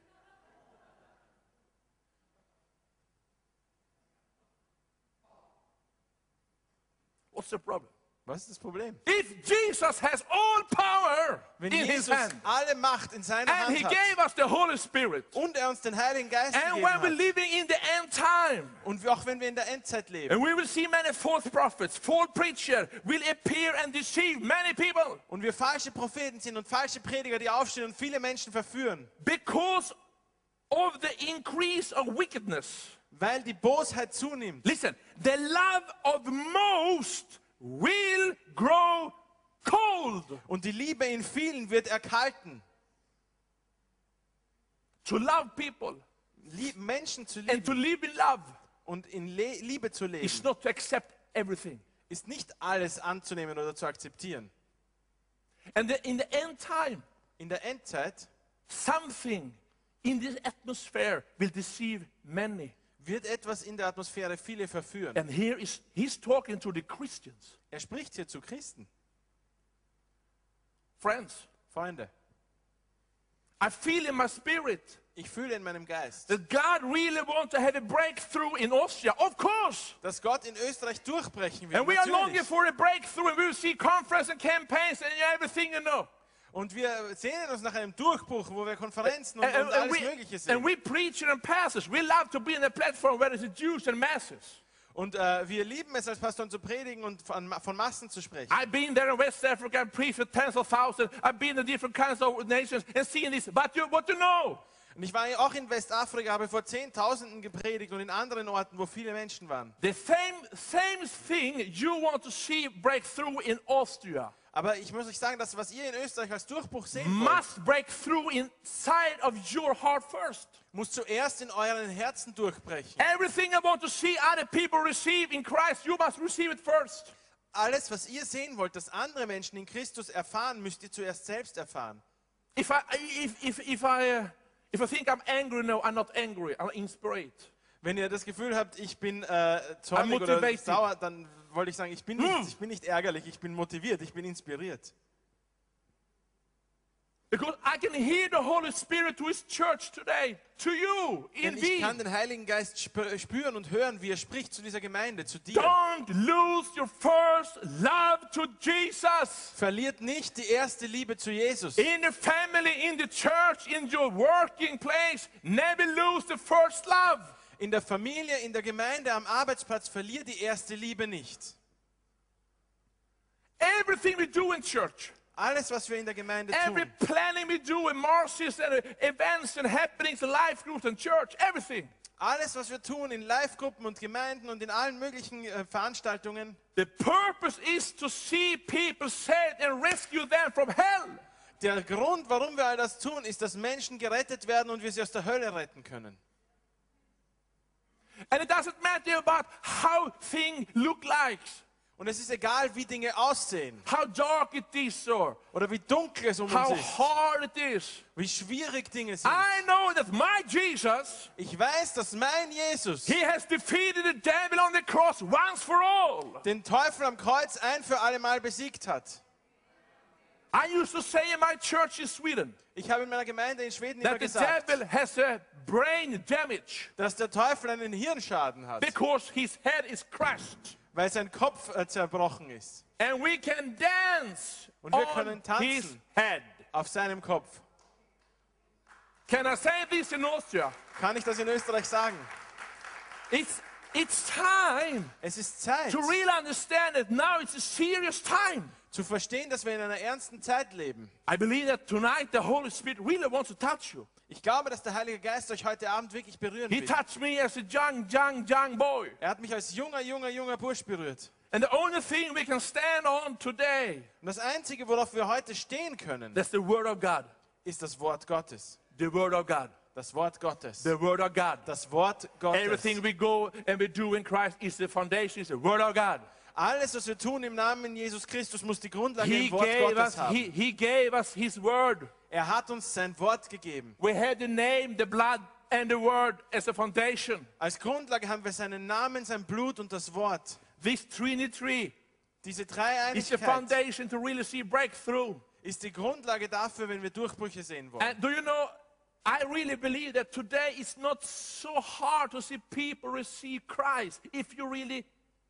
A: What's the problem?
B: Was ist das Problem?
A: If Jesus has all power
B: Wenn
A: in his
B: Jesus
A: hand,
B: alle Macht in seiner
A: and
B: Hand
A: he
B: hat
A: gave us the Holy Spirit,
B: und er uns den Heiligen Geist
A: and
B: gegeben
A: when we're
B: hat,
A: living in the end time,
B: Und auch wenn wir in der Endzeit leben.
A: and we will see many false prophets, false preachers will appear and deceive many people
B: Und wir falsche Propheten sind und falsche Prediger, die aufstehen und viele Menschen verführen,
A: because of the increase of wickedness.
B: weil die Bosheit zunimmt.
A: Listen, the love of most will grow cold.
B: Und die Liebe in vielen wird erkalten.
A: To love people
B: Lieb Menschen zu
A: and to
B: lieben
A: live in love
B: und in Le Liebe zu leben,
A: is not to accept everything.
B: ist nicht alles anzunehmen oder zu akzeptieren.
A: And the, in the end time,
B: In der Endzeit
A: something in this atmosphere will deceive many.
B: wird etwas in der Atmosphäre viele verführen.
A: And here is he's talking to the Christians.
B: Er spricht hier zu Christen.
A: Friends,
B: Freunde,
A: I feel in my spirit
B: ich fühle in meinem Geist,
A: that God really wants to have a breakthrough in Austria. Of course.
B: dass Gott in Österreich durchbrechen wird.
A: And we are longing
B: Natürlich.
A: for a breakthrough, and we will see conference and campaigns and everything you know.
B: Und wir sehnen uns nach einem Durchbruch, wo wir Konferenzen und,
A: And, and-
B: und
A: and
B: alles Mögliche
A: we, and
B: sehen.
A: we preachers and pastors, we love to be in a platform where there's Jews and masses.
B: Und äh, wir lieben es, als Pastoren zu predigen und von, von Massen zu sprechen.
A: I've been there in West Africa and preached for tens of thousands. I've been in different kinds of nations and seen this. But you, what you know?
B: Und ich war ja auch in Westafrika, habe vor Zehntausenden gepredigt und in anderen Orten, wo viele Menschen waren.
A: The same, same thing you want to see break through in Austria
B: Aber ich muss euch sagen, das, was ihr in Österreich als Durchbruch sehen wollt,
A: must break through inside of your heart first.
B: muss zuerst in euren Herzen durchbrechen.
A: Everything I want to see other people receive in Christ, you must receive it first.
B: Alles, was ihr sehen wollt, dass andere Menschen in Christus erfahren, müsst ihr zuerst selbst erfahren.
A: If I, if, if, if I, uh, if I think I'm angry, no, I'm not angry. I'm inspired.
B: Wenn ihr das Gefühl habt, ich bin äh, zornig oder
A: motivated.
B: sauer, dann wollte ich sagen, ich bin,
A: Hm.
B: nicht, ich bin nicht ärgerlich, ich bin motiviert, ich bin inspiriert.
A: Because I can hear the Holy Spirit to His church today, to you, in
B: Denn ich
A: me.
B: kann den Heiligen Geist spü- spüren und hören, wie er spricht zu dieser Gemeinde, zu dir.
A: Don't lose your first love to Jesus.
B: Verliert nicht die erste Liebe zu Jesus.
A: In the family, in the church, in your working place, never lose the first love.
B: In der Familie, in der Gemeinde, am Arbeitsplatz verliert die erste Liebe nicht.
A: Everything we do in church,
B: Alles, was wir in der Gemeinde
A: every
B: tun,
A: planning we do in marches and uh, events and happenings, life groups and church, everything.
B: alles, was wir tun in Live-Gruppen und Gemeinden und in allen möglichen äh, Veranstaltungen,
A: The purpose is to see people saved and rescue them from hell.
B: der Grund, warum wir all das tun, ist, dass Menschen gerettet werden und wir sie aus der Hölle retten können.
A: And it doesn't matter about how things look like,
B: Und es ist egal, wie Dinge aussehen
A: how dark it is, or
B: oder wie dunkel es um
A: how Ah!
B: uns ist,
A: hard it is.
B: wie schwierig Dinge sind.
A: I know that my Jesus,
B: Ich weiß, dass mein Jesus
A: he has defeated the devil on the cross once for all.
B: den Teufel am Kreuz ein für alle Mal besiegt hat.
A: I used to say in my church in Sweden
B: Ich habe in meiner Gemeinde in Schweden immer
A: that the
B: gesagt,
A: devil has a brain damage
B: dass der Teufel einen Hirnschaden hat,
A: because his head is crushed.
B: weil sein Kopf äh, zerbrochen ist.
A: And we can dance
B: Und wir
A: on
B: können tanzen.
A: his head.
B: Auf seinem Kopf.
A: Can I say this in Austria?
B: Kann ich das in Österreich sagen?
A: It's, it's time
B: Es ist Zeit
A: to really understand that now it's a serious time.
B: zu verstehen, dass wir in einer ernsten Zeit leben.
A: I believe that tonight the Holy Spirit really wants to touch you.
B: Ich glaube, dass der Heilige Geist euch heute Abend wirklich berühren
A: He
B: will.
A: touched me as a young, young, young boy.
B: Er hat mich als junger, junger, junger Bursch berührt.
A: And the only thing we can stand on today,
B: Und das Einzige, worauf wir heute stehen können,
A: that's the Word of God.
B: ist das Wort Gottes.
A: The Word of God.
B: Das Wort Gottes.
A: The Word of God.
B: Das Wort
A: Everything
B: Gottes.
A: we go and we do in Christ is the foundation, is the Word of God.
B: Alles, was wir tun im Namen Jesus Christus, muss die Grundlage
A: He
B: im Wort
A: gave, us,
B: Gottes haben.
A: he, he gave us His Word.
B: Er hat uns sein Wort gegeben.
A: We had the name, the blood, and the Word as a foundation.
B: Als Grundlage haben wir seinen Namen, sein Blut und das Wort.
A: This Trinity
B: Diese
A: is the
B: Dreieinigkeit
A: foundation to really see breakthrough.
B: ist die Grundlage dafür, wenn wir Durchbrüche sehen wollen.
A: And do you know, I really believe that today it's not so hard to see people receive Christ if you really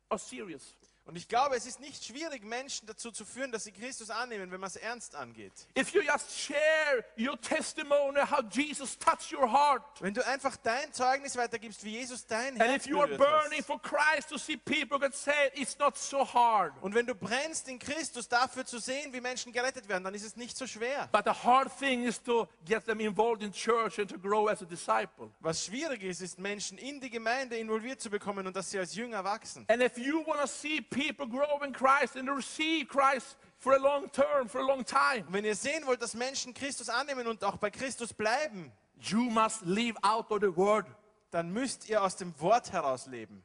A: are serious.
B: Und ich glaube, es ist nicht schwierig, Menschen dazu zu führen, dass sie Christus annehmen, wenn man es ernst angeht.
A: If you just share your testimony, how Jesus touched your heart,
B: Wenn du einfach dein Zeugnis weitergibst, wie Jesus dein
A: and if
B: Herz
A: you are
B: berührt
A: burning
B: hat.
A: for Christ to see people get saved, it's not so hard.
B: Und wenn du brennst in Christus dafür zu sehen, wie Menschen gerettet werden, dann ist es nicht so schwer.
A: But the hard thing is to get them involved in church and to grow as a disciple.
B: Was schwierig ist, ist Menschen in die Gemeinde involviert zu bekommen und dass sie als Jünger wachsen.
A: And if you want to see people grow in Christ and receive Christ for a long term, for a long time,
B: Und wenn ihr sehen wollt, dass Menschen Christus annehmen und auch bei Christus bleiben,
A: you must live out of the word.
B: dann müsst ihr aus dem Wort heraus leben.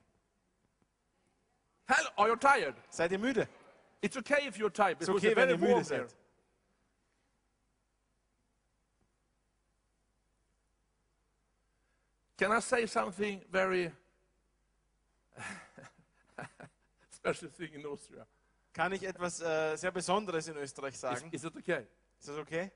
A: Hello, are you tired?
B: Seid ihr müde?
A: It's okay if you're tired.
B: Ist
A: because
B: okay,
A: it's
B: wenn
A: very
B: ihr müde
A: warm here.
B: seid.
A: Can I say something very *laughs* special thing in Austria?
B: Kann ich etwas äh, sehr Besonderes in Österreich
A: Is,
B: sagen?
A: is it okay?
B: Ist das okay?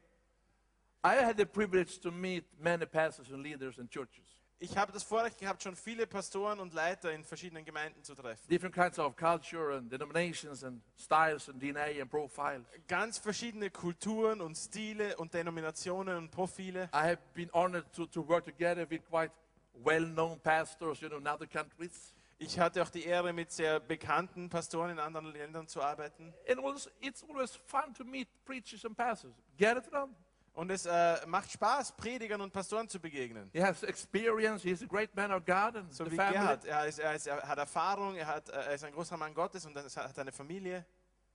A: I had the privilege to meet many pastors and leaders and churches,
B: Ich habe das Vorrecht gehabt, schon viele Pastoren und Leiter in verschiedenen Gemeinden zu treffen.
A: different kinds of culture and denominations and styles and DNA and profiles.
B: Ganz verschiedene Kulturen und Stile und Denominationen und Profile.
A: I have been honored to, to work together with quite well-known pastors, you know, in other countries.
B: Ich hatte auch die Ehre, mit sehr bekannten Pastoren in anderen Ländern zu arbeiten.
A: And it was, it's always fun to meet preachers and pastors. Get it done?
B: Und es äh, macht Spaß, Predigern und Pastoren zu begegnen.
A: He has experience. He's a great man of God and
B: So
A: the
B: wie
A: family.
B: Gerhard. Er, ist, er, ist, er hat Erfahrung, er, hat, äh, er ist ein großer Mann Gottes und dann ist- hat eine Familie.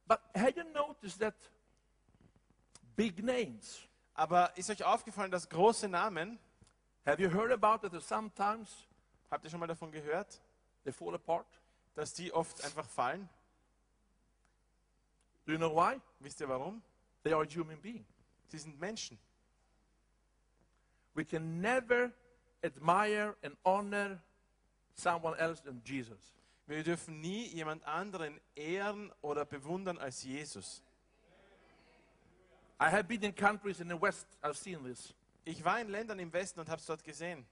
A: But have you noticed that big names?
B: Aber ist euch aufgefallen, dass große Namen,
A: Have you heard about that sometimes
B: habt ihr schon mal davon gehört,
A: they fall apart?
B: dass die oft einfach fallen?
A: Do you know why?
B: Wisst ihr warum?
A: They are human beings.
B: Sie sind Menschen.
A: We can never admire and honor someone else than Jesus.
B: Wir dürfen nie jemand anderen ehren oder bewundern als Jesus.
A: I have been in countries in the West, I've seen this.
B: Ich war in Ländern im Westen und habe es dort gesehen.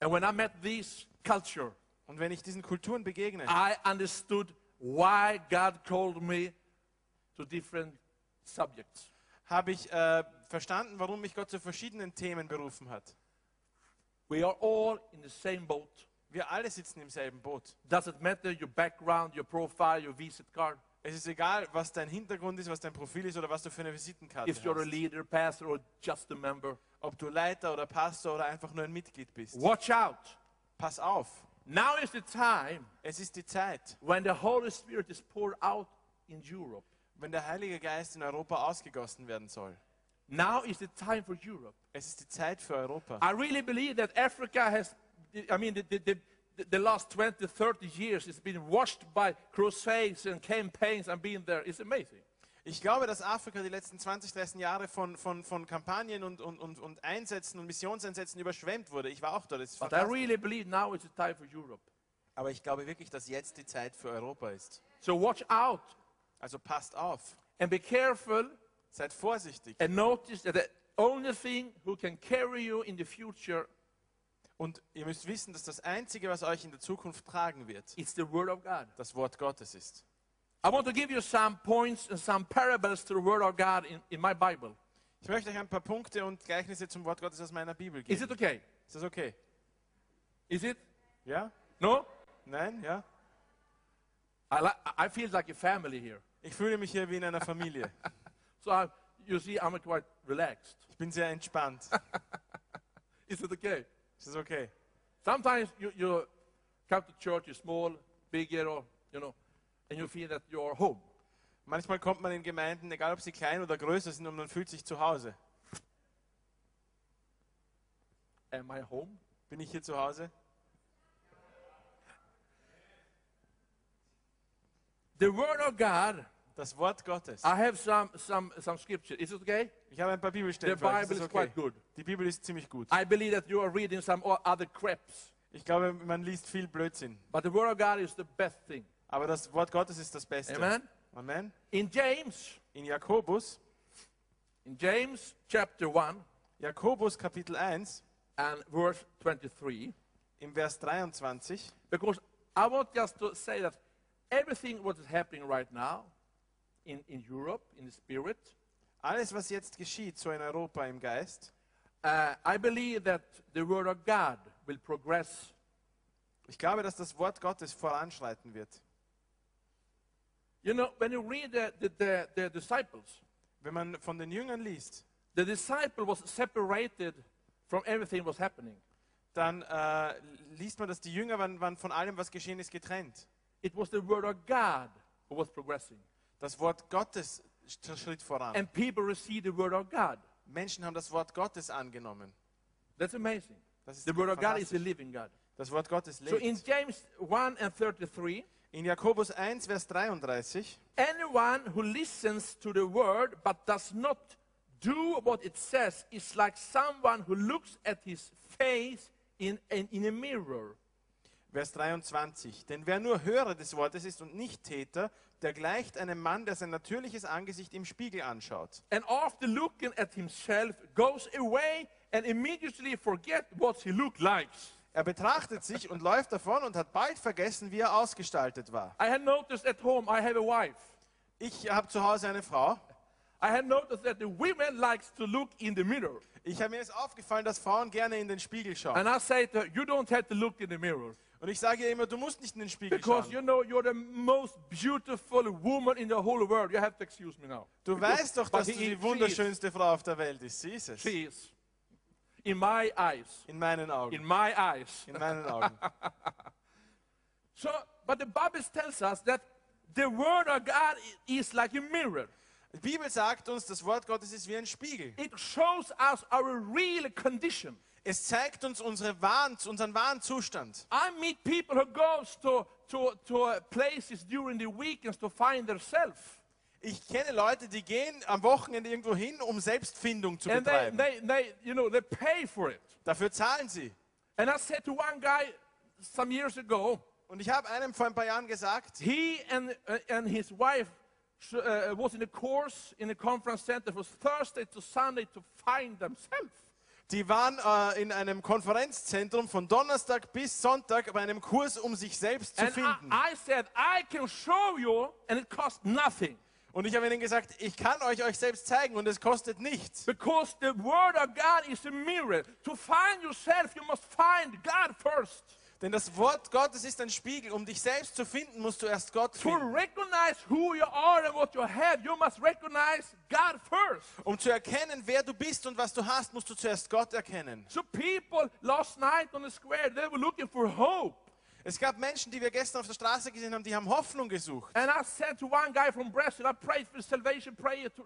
A: And when I met this culture,
B: Und wenn ich diesen Kulturen begegne,
A: I understood why God called me to different subjects.
B: habe ich äh, verstanden, warum mich Gott zu verschiedenen Themen berufen hat.
A: We are all in the same boat.
B: Wir alle sitzen im selben Boot.
A: Doesn't matter your background, your profile, your visit card.
B: Es ist egal, was dein Hintergrund ist, was dein Profil ist oder was du für eine Visitenkarte
A: If you're a
B: hast.
A: leader, pastor, or just a member,
B: Ob du Leiter oder Pastor oder einfach nur ein Mitglied bist.
A: watch out.
B: Pass auf,
A: Now is the time
B: es ist die Zeit,
A: when the Holy Spirit is poured out in Europe.
B: wenn der Heilige Geist in Europa ausgegossen werden soll.
A: Now is the time for Europe.
B: Es ist die Zeit für Europa.
A: I really believe that Africa has, I mean, the, the, the, the last 20, 30 years has been washed by crusades and campaigns and being there. It's amazing.
B: Ich glaube, dass Afrika die letzten 20, 30 Jahre von, von, von Kampagnen und, und, und, und Einsätzen und Missionseinsätzen überschwemmt wurde. Ich war auch dort. Es ist
A: But I
B: fantastisch.
A: really believe now is the time for Europe.
B: Aber ich glaube wirklich, dass jetzt die Zeit für Europa ist.
A: So watch out
B: Also passt auf.
A: and be careful
B: Seid vorsichtig.
A: and notice that the only thing who can carry you in the future
B: Und ihr müsst wissen, dass das Einzige, was euch in der Zukunft tragen wird,
A: is the Word of God.
B: das Wort Gottes ist.
A: I want to give you some points and some parables to the Word of God in, in my Bible.
B: Ich möchte euch ein paar Punkte und Gleichnisse zum Wort Gottes aus meiner Bibel
A: Is
B: geben.
A: it okay?
B: Ist das okay?
A: Is it?
B: Ja?
A: No?
B: Nein? Ja?
A: I, li- I feel like a family here.
B: Ich fühle mich hier wie in einer Familie.
A: So I, you see, I'm quite relaxed.
B: Ich bin sehr entspannt.
A: Is it okay?
B: Ist das okay?
A: Sometimes you, you come to church, you're small, bigger, or, you know, and you feel that you're home.
B: Manchmal kommt man in Gemeinden, egal ob sie klein oder größer sind, und man fühlt sich zu Hause.
A: Am I home?
B: Bin ich hier zu Hause?
A: The Word of God,
B: Das Wort Gottes.
A: I have some, some, some scripture. Is it okay?
B: Ich habe ein paar
A: The
B: Bibelstellen für euch. Ist
A: Bible
B: das
A: is
B: okay?
A: quite good.
B: Die Bibel ist ziemlich gut.
A: I believe that you are reading some o- other craps,
B: Ich glaube, man liest viel Blödsinn.
A: but the Word of God is the best thing.
B: Aber das Wort Gottes ist das Beste.
A: Amen?
B: Amen.
A: In James,
B: In Jakobus,
A: in James chapter 1
B: Jakobus Kapitel 1,
A: and verse 23,
B: im Vers 23,
A: Because I want just to say that everything what is happening right now in, in Europe, in the spirit,
B: alles was jetzt geschieht, so in Europa im Geist,
A: uh, I believe that the Word of God will progress.
B: ich glaube, dass das Wort Gottes voranschreiten wird.
A: You know, when you read the, the, the, the disciples,
B: Wenn man von den Jüngern liest,
A: the disciple was separated from everything was happening.
B: dann äh, liest man, dass die Jünger waren, waren von allem, was geschehen ist, getrennt.
A: It was the Word of God who was progressing.
B: Das Wort Gottes sch- schritt voran.
A: And people received the Word of God.
B: Menschen haben das Wort Gottes angenommen.
A: That's amazing.
B: Das ist
A: The Word of God is a
B: fantastisch.
A: living God.
B: Das Wort Gottes
A: So in
B: lebt.
A: James 1 and 33,
B: In Jakobus 1, Vers 33,
A: Anyone who listens to the word but does not do what it says is like someone who looks at his face in, in, in a mirror.
B: Vers 23. Denn wer nur Hörer des Wortes ist und nicht Täter, der gleicht einem Mann, der sein natürliches Angesicht im Spiegel anschaut.
A: And after looking at himself, goes away and immediately forget what he looked like.
B: Er betrachtet sich und läuft davon und hat bald vergessen, wie er ausgestaltet war.
A: I have noticed at home I have a wife.
B: Ich habe zu Hause eine Frau.
A: I have noticed that the women likes to look in the mirror.
B: Ich habe mir ist aufgefallen, dass Frauen gerne in den Spiegel schauen.
A: And I say to her, you don't have to look in the mirror.
B: Und ich sage ihr immer, du musst nicht in den Spiegel
A: Because
B: schauen.
A: you know you're the most beautiful woman in the whole world. You have to excuse me now.
B: Du weißt doch,
A: But
B: dass du
A: he- she
B: die
A: is-
B: wunderschönste Frau auf der Welt ist. Sie ist es.
A: She is. In my eyes.
B: In meinen
A: In
B: Augen.
A: my eyes.
B: In
A: *laughs*
B: meinen Augen.
A: So, but the Bible tells us that the word of God i- is like a mirror.
B: Die Bibel sagt uns, das Wort Gottes ist wie ein Spiegel.
A: It shows us our real condition.
B: Es zeigt uns unsere wahren, unseren wahren Zustand.
A: I meet people who goes to, to, to uh, places during the weekends to find themselves.
B: Ich kenne Leute, die gehen am Wochenende irgendwo hin, um Selbstfindung zu
A: And they,
B: betreiben.
A: they, they, you know, they pay for it.
B: Dafür zahlen sie.
A: And I said to one guy some years ago,
B: Und ich habe einem vor ein paar Jahren gesagt,
A: he and, uh, and his wife sh- uh, was in a course in a conference center from Thursday to Sunday to find themselves.
B: die waren äh, in einem Konferenzzentrum von Donnerstag bis Sonntag bei einem Kurs, um sich selbst zu
A: And I,
B: finden.
A: I said, I can show you, and it costs nothing.
B: Und ich habe ihnen gesagt, ich kann euch euch selbst zeigen und es kostet nichts.
A: Because the Word of God is a mirror. To find yourself, you must find God first.
B: Denn das Wort Gottes ist ein Spiegel. Um dich selbst zu finden, musst du erst Gott
A: To
B: finden.
A: recognize who you are and what you have, you must recognize God first.
B: Um zu erkennen, wer du bist und was du hast, musst du zuerst Gott erkennen.
A: So people last night on the square, they were looking for hope.
B: Es gab Menschen, die wir gestern auf der Straße gesehen haben, die haben Hoffnung gesucht.
A: And I said to one guy from Brazil, I prayed for salvation prayer to,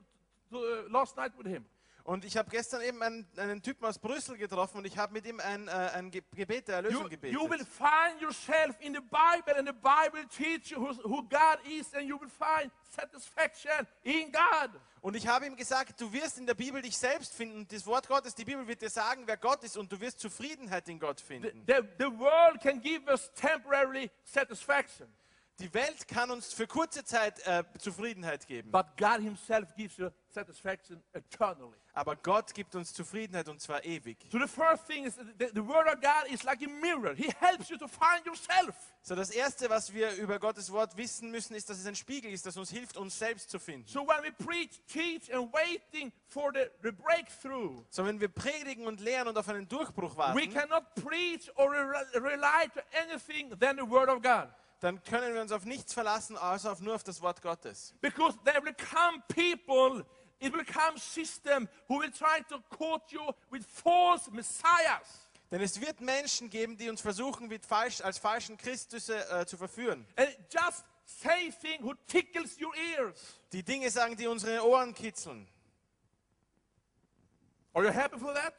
A: to, uh, last night with him.
B: Und ich habe gestern eben einen, einen Typen aus Brüssel getroffen und ich habe mit ihm ein, äh, ein Ge Gebet der Erlösung
A: You,
B: gebetet.
A: you will find yourself in the Bible, and the Bible teaches you who, who God is, and you will find satisfaction in God.
B: Und ich habe ihm gesagt, du wirst in der Bibel dich selbst finden. Und das Wort Gottes, die Bibel wird dir sagen, wer Gott ist und du wirst Zufriedenheit in Gott
A: The,
B: finden.
A: the, the world can give us temporary satisfaction,
B: Die Welt kann uns für kurze Zeit äh, Zufriedenheit geben,
A: but God Himself gives you satisfaction eternally.
B: aber Gott gibt uns Zufriedenheit und zwar ewig.
A: So the first thing is that the, the Word of God is like a mirror. He helps you to find yourself.
B: So das erste, was wir über Gottes Wort wissen müssen, ist, dass es ein Spiegel ist, das uns hilft, uns selbst zu finden.
A: So when we preach, teach, and waiting for the, the breakthrough,
B: So wenn wir predigen und lehren und auf einen Durchbruch
A: we
B: warten,
A: cannot preach or re- rely to anything than the Word of God.
B: dann können wir uns auf nichts verlassen, außer auf nur auf das Wort Gottes.
A: Because there will come people, it will come system who will try to court you with false messiahs.
B: Denn es wird Menschen geben, die uns versuchen, mit falsch, als falschen Christusse äh, zu verführen.
A: And just say things who tickles your ears.
B: Die Dinge sagen, die unsere Ohren kitzeln.
A: Are you happy for that?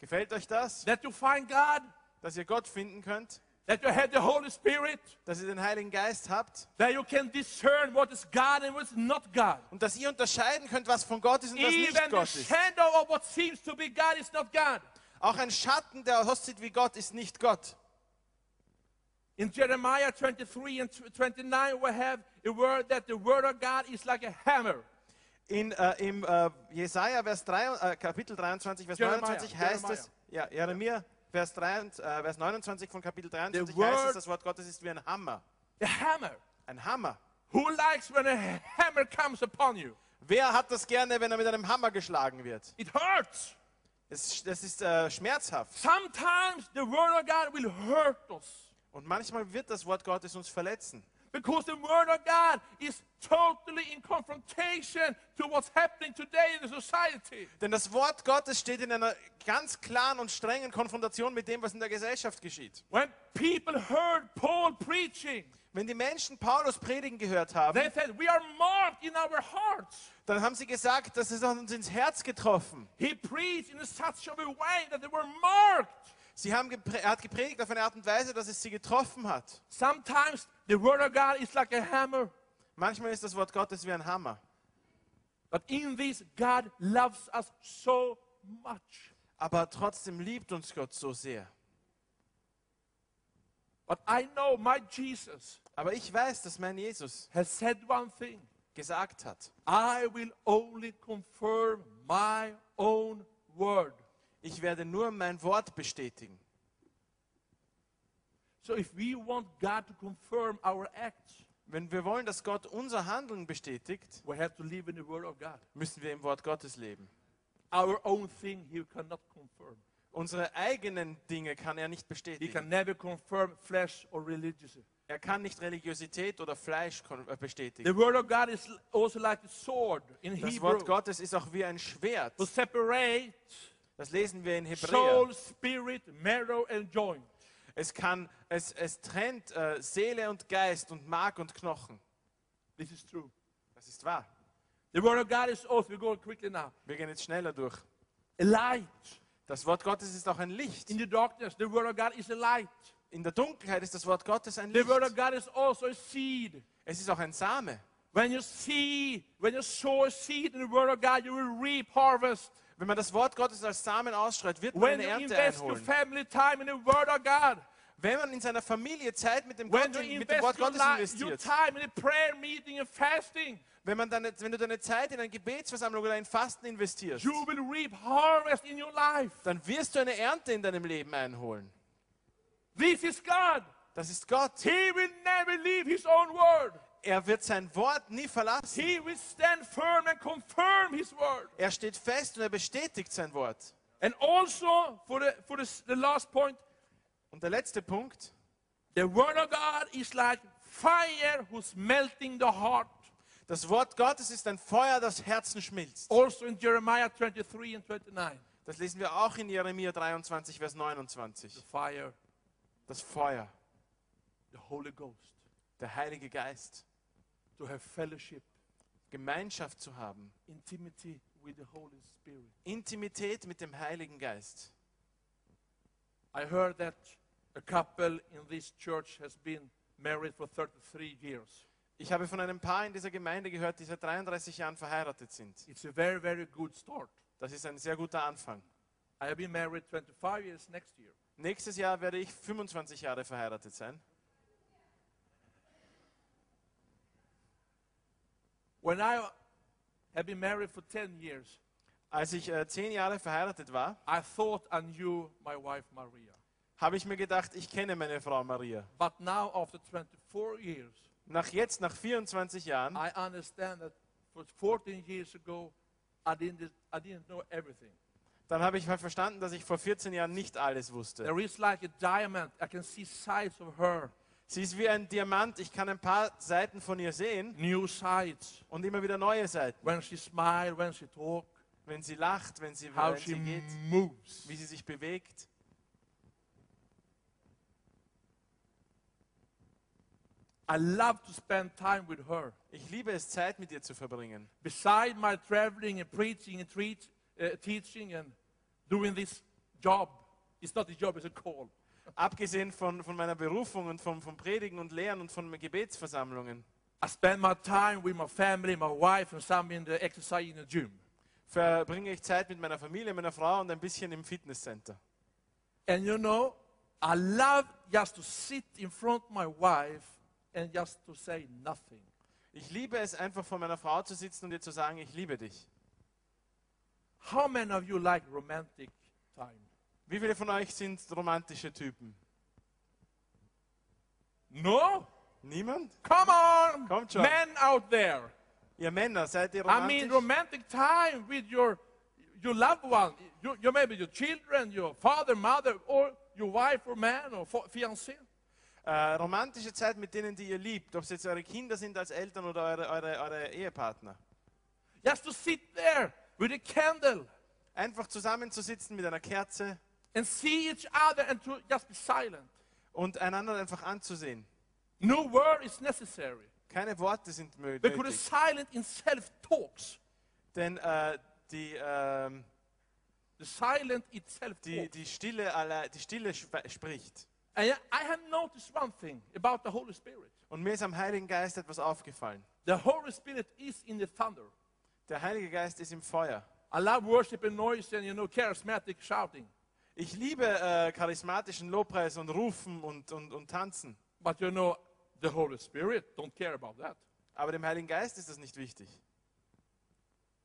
B: Gefällt euch das,
A: That you find God,
B: dass ihr Gott finden könnt,
A: that you have the Holy Spirit,
B: dass ihr den Heiligen Geist habt
A: that you can discern what is God and what is not God.
B: und dass ihr unterscheiden könnt, was von Gott ist und was
A: Even
B: nicht
A: the
B: Gott ist?
A: shadow of what seems to be God is not God.
B: Auch ein Schatten, der aussieht wie Gott, ist nicht Gott.
A: In Jeremiah 23 and 29, we have a word that the word of God is like a hammer.
B: In, äh, Im äh, Jesaja Vers 3, äh, Kapitel 23, Vers
A: Jeremiah,
B: 29 heißt
A: Jeremiah.
B: es, ja, Jeremia, Vers, 3, und, äh, Vers 29 von Kapitel 23
A: The
B: heißt es,
A: word-
B: das Wort Gottes ist wie ein Hammer.
A: A hammer.
B: Ein Hammer.
A: Who likes when a hammer comes upon you?
B: Wer hat das gerne, wenn er mit einem Hammer geschlagen wird?
A: It hurts.
B: Es, das ist äh, schmerzhaft.
A: Sometimes the word of God will hurt us.
B: Und manchmal wird das Wort Gottes uns verletzen.
A: Because the Word of God is totally in confrontation to what's happening today in the society.
B: Denn das Wort Gottes steht in einer ganz klaren und strengen Konfrontation mit dem, was in der Gesellschaft geschieht.
A: When people heard Paul preaching,
B: Wenn die Menschen Paulus predigen gehört haben,
A: they said, We are marked in our hearts.
B: dann haben sie gesagt, das ist uns ins Herz getroffen.
A: He preached in such a way that they were marked.
B: Sie haben geprä er hat gepredigt auf eine Art und Weise, dass es sie getroffen hat.
A: Sometimes the Word of God is like a hammer,
B: Manchmal ist das Wort Gottes wie ein Hammer.
A: but in this, God loves us so much.
B: Aber trotzdem liebt uns Gott so sehr.
A: But I know my Jesus
B: Aber ich weiß, dass mein Jesus
A: has said one thing
B: gesagt hat,
A: I will only confirm my own word.
B: ich werde nur mein Wort bestätigen.
A: So if we want God to confirm our acts,
B: Wenn wir wollen, dass Gott unser Handeln bestätigt,
A: we have to live in the Word of God.
B: müssen wir im Wort Gottes leben.
A: Our own thing He cannot confirm.
B: Unsere eigenen Dinge kann er nicht
A: He
B: bestätigen.
A: can never confirm flesh or religion.
B: Er kann nicht Religiosität oder Fleisch kon- äh,
A: The
B: bestätigen.
A: Word of God is also like a sword in
B: Das
A: Hebrew
B: Wort Gottes ist auch wie ein Schwert.
A: to separate
B: Das lesen wir in Hebräer.
A: soul, spirit, marrow, and joint.
B: Es, kann, es, es trennt äh, Seele und Geist und Mark und Knochen.
A: This is true.
B: Das ist wahr.
A: The Word of God is also, we're going quickly now,
B: Wir gehen jetzt schneller durch.
A: a light
B: Das Wort Gottes ist auch ein Licht.
A: in the darkness. The Word of God is a light.
B: In der Dunkelheit ist das Wort Gottes ein
A: The Word
B: Licht.
A: of God is also a seed.
B: Es ist auch ein Same.
A: When you see, when you sow a seed in the Word of God, you will reap harvest.
B: Wenn man das Wort Gottes als Samen ausstreut, wird man
A: When
B: eine
A: you
B: Ernte
A: invest your
B: einholen.
A: family time in the Word of God,
B: Wenn man in seiner Familie Zeit mit dem,
A: when
B: Gott,
A: you
B: mit dem Wort
A: invest your,
B: Gottes
A: li- your
B: investiert,
A: time in a prayer meeting and fasting,
B: wenn, man deine, wenn du deine Zeit in eine Gebetsversammlung oder in Fasten investierst,
A: you will reap harvest in your life.
B: dann wirst du eine Ernte in deinem Leben einholen.
A: This is God.
B: Das ist Gott.
A: He will never leave His own word.
B: Er wird sein Wort nie verlassen.
A: He will stand firm and confirm His word.
B: Er steht fest und er bestätigt sein Wort.
A: And also, for the, for the, s- the last point,
B: Und der letzte Punkt.
A: the word of God is like fire who's melting the heart.
B: Das Wort Gottes ist ein Feuer, das Herzen schmilzt.
A: Also in Jeremiah 23 and 29,
B: Das lesen wir auch in Jeremia 23, Vers
A: the
B: 29.
A: fire,
B: Das Feuer,
A: the Holy Ghost,
B: der Heilige Geist,
A: to have fellowship,
B: Gemeinschaft zu haben,
A: intimacy with the Holy Spirit.
B: Intimität mit dem Heiligen Geist.
A: I heard that a couple in this church has been married for 33 years.
B: Ich habe von einem Paar in dieser Gemeinde gehört, die seit 33 Jahren verheiratet sind.
A: It's a very, very good start.
B: Das ist ein sehr guter Anfang.
A: I have been married 25 years next year.
B: Nächstes Jahr werde ich 25 Jahre verheiratet sein.
A: When I have been married for 10 years,
B: Als ich äh, 10 Jahre verheiratet war,
A: I thought I knew my wife Maria.
B: habe ich mir gedacht, ich kenne meine Frau Maria.
A: But now, after 24 years,
B: Nach jetzt, nach 24 Jahren,
A: I understand that for 14 years ago, I didn't, I didn't know everything.
B: dann habe ich mal verstanden, dass ich vor 14 Jahren nicht alles wusste.
A: There is like a diamond, I can see sides of her,
B: Sie ist wie ein Diamant, ich kann ein paar Seiten von ihr sehen
A: new sides.
B: und immer wieder neue Seiten.
A: When she smiles, when she talks,
B: Wenn sie lacht, wenn sie,
A: how
B: wenn
A: she
B: sie geht,
A: moves.
B: wie sie sich bewegt.
A: I love to spend time with her.
B: Ich liebe es, Zeit mit ihr zu verbringen.
A: Beside my traveling and preaching and treat, uh, teaching and doing this job, it's not a job, it's a call.
B: Abgesehen von, von meiner Berufung und vom, vom Predigen und Lehren und von Gebetsversammlungen,
A: I spend my time with my family, my wife, and some in the exercise in the gym.
B: verbringe ich Zeit mit meiner Familie, meiner Frau und ein bisschen im Fitnesscenter.
A: And you know, I love just to sit in front of my wife and just to say nothing.
B: Ich liebe es, einfach vor meiner Frau zu sitzen und ihr zu sagen, ich liebe dich.
A: How many of you like romantic time?
B: Wie viele von euch sind romantische Typen?
A: No?
B: Niemand?
A: Come on!
B: Come, John.
A: Men out there.
B: Ihr Männer, seid ihr
A: I mean,
B: romantisch?
A: romantic time with your your loved one, your, your maybe your children, your father, mother, or your wife or man or fo- fiancé.
B: äh, romantische Zeit mit denen, die ihr liebt, ob es jetzt eure Kinder sind als Eltern oder eure, eure, eure Ehepartner.
A: Just to sit there with a candle
B: Einfach zusammenzusitzen mit einer Kerze
A: and see each other and to just be silent.
B: und einander einfach anzusehen.
A: No word is necessary
B: Keine Worte sind mö-
A: because the
B: nötig,
A: silent in self talks.
B: denn äh, die, ähm,
A: The silent itself
B: die,
A: talks.
B: die Stille, alle, die Stille schw- spricht.
A: And I have noticed one thing about the Holy Spirit.
B: Und mir ist am Heiligen Geist etwas aufgefallen.
A: The Holy Spirit is in the thunder.
B: Der Heilige Geist ist im Feuer.
A: I love worship and noise and you know charismatic shouting.
B: Ich liebe äh, charismatischen Lobpreis und Rufen und, und, und Tanzen.
A: But you know, the Holy Spirit don't care about that.
B: Aber dem Heiligen Geist ist das nicht wichtig.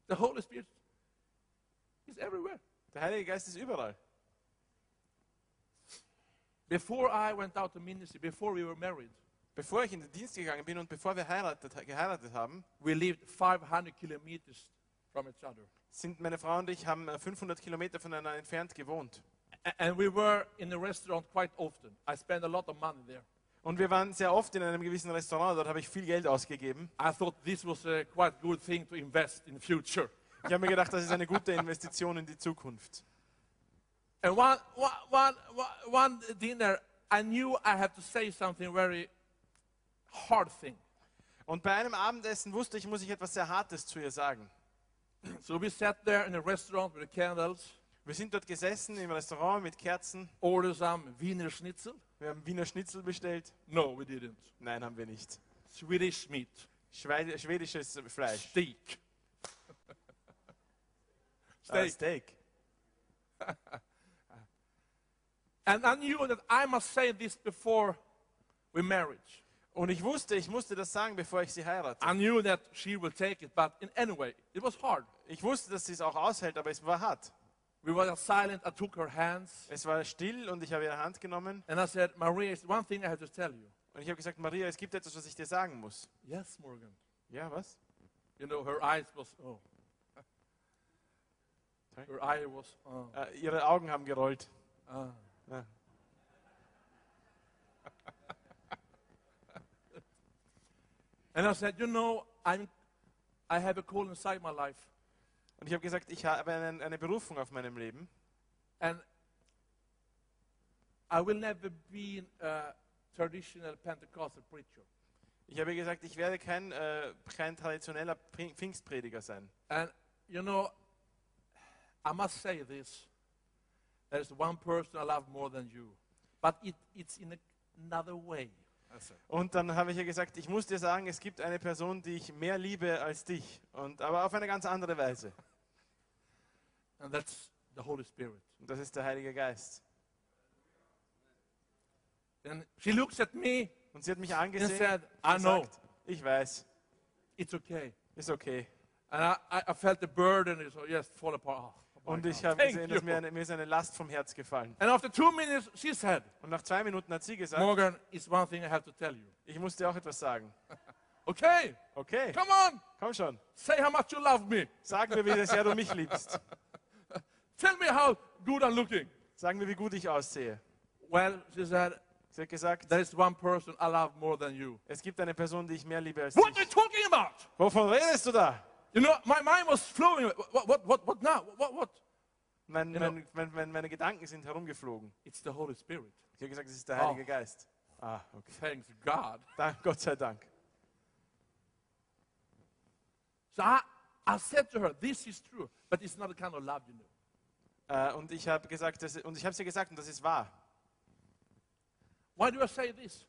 A: The Holy Spirit is everywhere.
B: Der Heilige Geist ist überall.
A: Before I went out to ministry, before we were married,
B: Bevor ich in den Dienst gegangen bin und bevor wir heiratet, geheiratet haben,
A: We lived 500 kilometers from each other.
B: sind meine Frau und ich haben äh, 500 Kilometer voneinander entfernt gewohnt.
A: A- And we were in the restaurant quite often. I spent a lot of money there.
B: Und wir waren sehr oft in einem gewissen Restaurant, dort habe ich viel Geld ausgegeben.
A: I thought this was a quite good thing to invest in the future.
B: Ich habe mir gedacht, das ist eine gute Investition in die Zukunft.
A: And one, one, one, one- one dinner, I knew I had to say something very hard thing.
B: Und bei einem Abendessen wusste ich, muss ich etwas sehr Hartes zu ihr sagen.
A: So we sat there in a restaurant with the candles,
B: Wir sind dort gesessen im Restaurant mit Kerzen.
A: ordered some Wiener Schnitzel.
B: Wir haben Wiener Schnitzel bestellt.
A: No, we didn't.
B: Nein, haben wir nicht.
A: Swedish meat,
B: Schweide- schwedisches Fleisch.
A: steak. Uh, Steak.
B: Ah, Äh, Steak.
A: And I knew that I must say this before we marriage.
B: Und ich wusste, ich musste das sagen, bevor ich sie heirate.
A: I knew that she will take it, but in any way, it was hard.
B: Ich wusste, dass sie es auch aushält, aber es war hart.
A: We were silent. I took her hands
B: Es war still und ich habe ihre Hand genommen
A: and I said, Maria, it's one thing I have to tell you.
B: und ich habe gesagt, Maria, es gibt etwas, was ich dir sagen muss.
A: Yes, Morgan.
B: Ja, was?
A: You know, her eyes was, oh.
B: Sorry?
A: Her eye was, oh.
B: Äh, ihre Augen haben gerollt.
A: Ah.
B: Ja.
A: And I said, you know, I'm, I have a call inside my life.
B: Und ich habe gesagt, ich habe einen, eine Berufung auf meinem Leben.
A: And I will never be a traditional Pentecostal preacher.
B: Ich habe ihr gesagt, ich werde kein, äh, kein traditioneller Pfing- Pfingstprediger sein.
A: And you know, I must say this. There's one person I love more than you, but it, it's in a, another way. I said.
B: Und dann habe ich ihr gesagt, ich muss dir sagen, es gibt eine Person, die ich mehr liebe als dich, und, aber auf eine ganz andere Weise.
A: And that's the Holy Spirit.
B: Und das ist der Heilige Geist.
A: And she looks at me
B: Und sie hat mich
A: and
B: angesehen
A: said,
B: und
A: I know,
B: gesagt, ich weiß,
A: it's okay.
B: ist okay.
A: And I, I, I felt the burden is oh, yes, fall apart. Oh, my
B: Und ich
A: God.
B: habe
A: Thank
B: gesehen,
A: you.
B: dass mir, eine, mir ist eine Last vom Herz gefallen.
A: And after two minutes, she said,
B: Und nach zwei Minuten hat sie gesagt,
A: Morgan, it's one thing I have to tell you.
B: ich muss dir auch etwas sagen.
A: Okay,
B: Okay,
A: come on,
B: komm schon.
A: say how much you love me.
B: Sag mir, wie sehr du mich liebst.
A: Tell me how good I'm looking.
B: Sag mir, wie gut ich aussehe.
A: Well, she said,
B: Sie hat gesagt,
A: There is one person I love more than you.
B: es gibt eine Person, die ich mehr liebe als
A: What are you
B: dich.
A: talking about?
B: Wovon redest du da?
A: You know, my mind was flowing. What, what, what, what now? What, what?
B: Mein,
A: Genau.
B: mein, mein, mein, meine Gedanken sind herumgeflogen.
A: It's the Holy Spirit.
B: Sie hat gesagt, es ist der
A: Oh.
B: Heilige Geist. Ah, okay.
A: Thanks God.
B: Dank, Gott sei Dank.
A: So I, I said to her, this is true, but it's not the kind of love you know.
B: Äh, und ich habe gesagt, dass, und ich habe sie gesagt, und das ist wahr.
A: Why do I say this?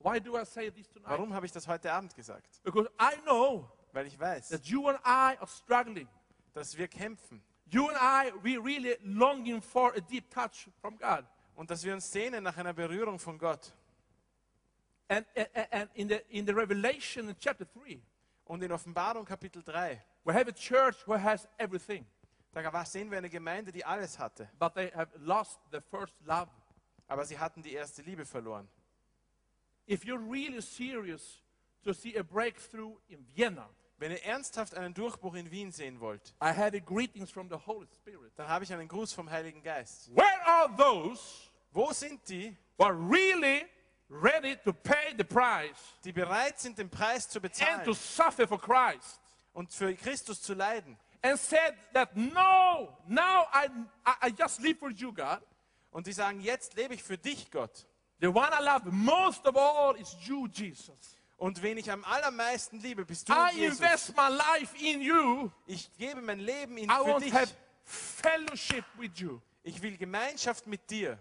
A: Why do I say this tonight?
B: Warum habe ich das heute Abend gesagt?
A: Because I know
B: Weil ich weiß,
A: that you and I are struggling.
B: dass wir kämpfen
A: You and I, we really longing for a deep touch from God.
B: und dass wir uns sehnen nach einer Berührung von Gott.
A: And, and, and in, the, in the Revelation in chapter 3,
B: Und in Offenbarung Kapitel 3,
A: we have a church who has everything.
B: da war- sehen wir eine Gemeinde, die alles hatte,
A: but they have lost the first love.
B: aber sie hatten die erste Liebe verloren.
A: If you're really serious to see a breakthrough in Vienna,
B: Wenn ihr ernsthaft einen Durchbruch in Wien sehen wollt,
A: I have a greetings from the Holy Spirit.
B: dann habe ich einen Gruß vom Heiligen Geist.
A: Where are those
B: Wo sind die,
A: who are really ready to pay the price
B: die bereit sind, den Preis zu
A: and to
B: bezahlen
A: suffer for Christ?
B: und für Christus zu leiden?
A: And said that no, now I, I, I just live for you, God.
B: Und die sagen, jetzt lebe ich für dich, Gott.
A: The one I love most of all is you, Jesus.
B: Und wen ich am allermeisten liebe, bist du,
A: I
B: Jesus.
A: invest my life in you.
B: Ich gebe mein Leben in
A: I
B: für
A: want to have
B: dich.
A: fellowship with you.
B: Ich will Gemeinschaft mit dir.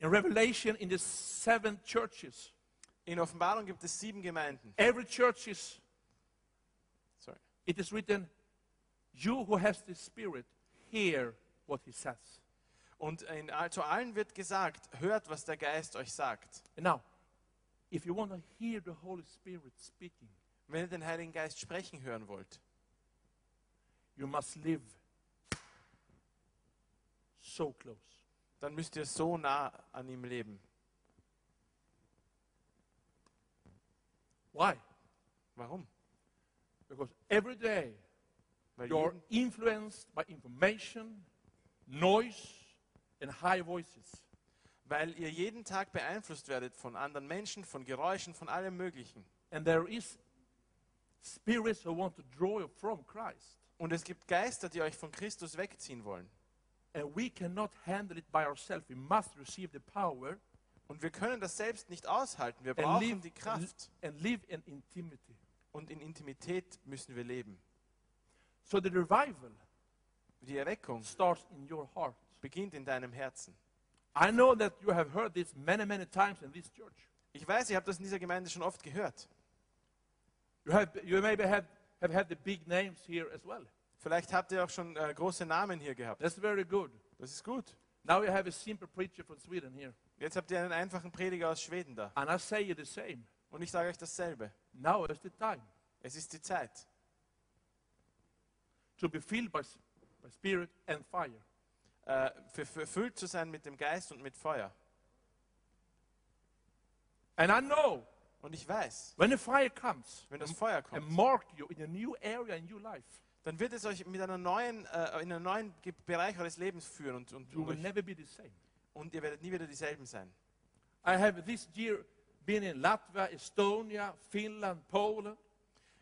A: In Revelation, in the seven churches,
B: In Offenbarung gibt es sieben Gemeinden.
A: every church is,
B: Sorry.
A: it is written, you who has the Spirit, hear what he says.
B: Und in, all- zu allen wird gesagt, hört, was der Geist euch sagt.
A: And now, if you want to hear the Holy Spirit speaking,
B: Wenn ihr den Heiligen Geist sprechen hören wollt,
A: you must live so close.
B: dann müsst ihr so nah an ihm leben.
A: Why?
B: Warum?
A: Because every day
B: Weil
A: you're
B: jeden,
A: influenced by information, noise, and high voices.
B: weil ihr jeden Tag beeinflusst werdet von anderen Menschen, von Geräuschen, von allem Möglichen.
A: And there is spirits who want to draw you from Christ.
B: Und es gibt Geister, die euch von Christus wegziehen wollen.
A: And we cannot handle it by ourselves. We must receive the power
B: Und wir können das selbst nicht aushalten. Wir
A: and
B: brauchen
A: live,
B: die Kraft.
A: and live in intimacy.
B: Und in Intimität müssen wir leben.
A: So the revival
B: Die Erweckung
A: starts in your heart.
B: beginnt in deinem Herzen.
A: I know that you have heard this many, many times in this church.
B: Ich weiß, ihr habt das in dieser Gemeinde schon oft gehört.
A: You have, you maybe have, have had the big names here as well.
B: Vielleicht habt ihr auch schon äh, große Namen hier gehabt.
A: That's very good.
B: Das ist gut.
A: Now you have a simple preacher from Sweden here,
B: Jetzt habt ihr einen einfachen Prediger aus Schweden da.
A: and I say you the same.
B: Und ich sage euch dasselbe.
A: Now is the time
B: Es ist die Zeit,
A: to be filled by, s- by spirit and fire.
B: äh, für, für, erfüllt zu sein mit dem Geist und mit Feuer.
A: And I know
B: Und ich weiß,
A: when the fire comes
B: wenn das Feuer
A: and
B: kommt,
A: mark you in a new area in your life,
B: dann wird es euch mit einer neuen, äh, in einen neuen Ge- Bereich eures Lebens führen und, und,
A: you will
B: und, euch,
A: never be the same.
B: und ihr werdet nie wieder dieselben sein.
A: I have this year been in Latvia, Estonia, Finland, Poland,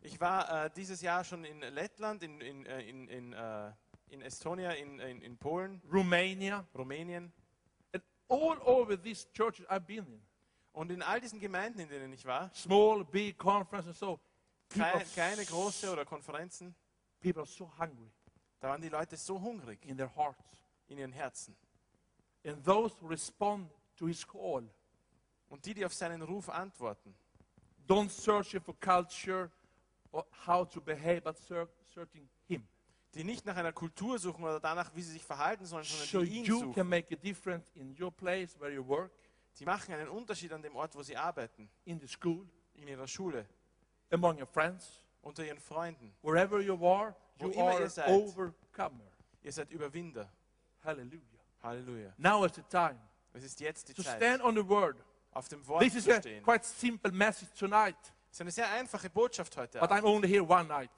B: Ich war äh, dieses Jahr schon in Lettland, in, in, äh, in, in, äh, in Estonia, in, in, in Polen,
A: Romania,
B: Rumänien.
A: and all over these churches I've been in,
B: Und in all diesen Gemeinden, in denen ich war,
A: small, big conference and so, people,
B: keine,
A: are,
B: keine große oder Konferenzen,
A: people are so hungry
B: da waren die Leute so hungrig
A: in their hearts.
B: in ihren Herzen.
A: And those who respond to his call
B: Und die, die auf seinen Ruf antworten,
A: don't search for culture or how to behave, but ser- searching him.
B: die nicht nach einer Kultur suchen oder danach, wie sie sich verhalten sollen,
A: So
B: sondern die ihn
A: you
B: suchen.
A: can make a difference in your place where you work,
B: Die machen einen Unterschied an dem Ort, wo sie arbeiten,
A: in the school,
B: in ihrer Schule,
A: among your friends,
B: unter ihren Freunden.
A: wherever you are,
B: Wo
A: you
B: immer
A: are
B: ihr
A: an
B: seid.
A: overcomer.
B: Ihr seid Überwinder.
A: Hallelujah.
B: Halleluja.
A: Now is the time
B: Es ist jetzt die
A: to
B: Zeit,
A: stand on the word.
B: auf dem Wort
A: This
B: zu
A: is a
B: stehen.
A: quite simple message tonight,
B: Es ist eine sehr einfache Botschaft heute
A: but
B: Abend.
A: I'm only here one night.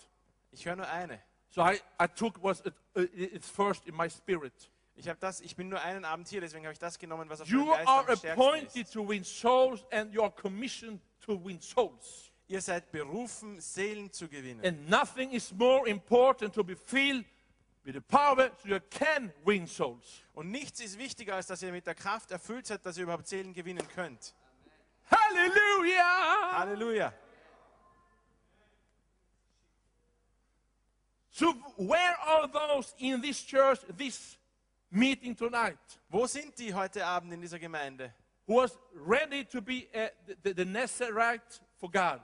B: Ich höre nur eine.
A: So I, I took what it, uh, it's first in my spirit.
B: Ich, hab das, ich bin nur einen Abend hier, deswegen habe ich das genommen, was auf meinem
A: You
B: Geist
A: are
B: am stärksten
A: appointed
B: ist.
A: to win souls and you are commissioned to win souls.
B: Ihr seid berufen, Seelen zu gewinnen.
A: And nothing is more important to be filled with the power so you can win souls.
B: Und nichts ist wichtiger, als dass ihr mit der Kraft erfüllt seid, dass ihr überhaupt Seelen gewinnen könnt.
A: Hallelujah!
B: Halleluja.
A: So where are those in this church, this meeting tonight,
B: Wo sind die heute Abend in dieser Gemeinde,
A: who was ready to be uh, the, the, the Nazarite for God,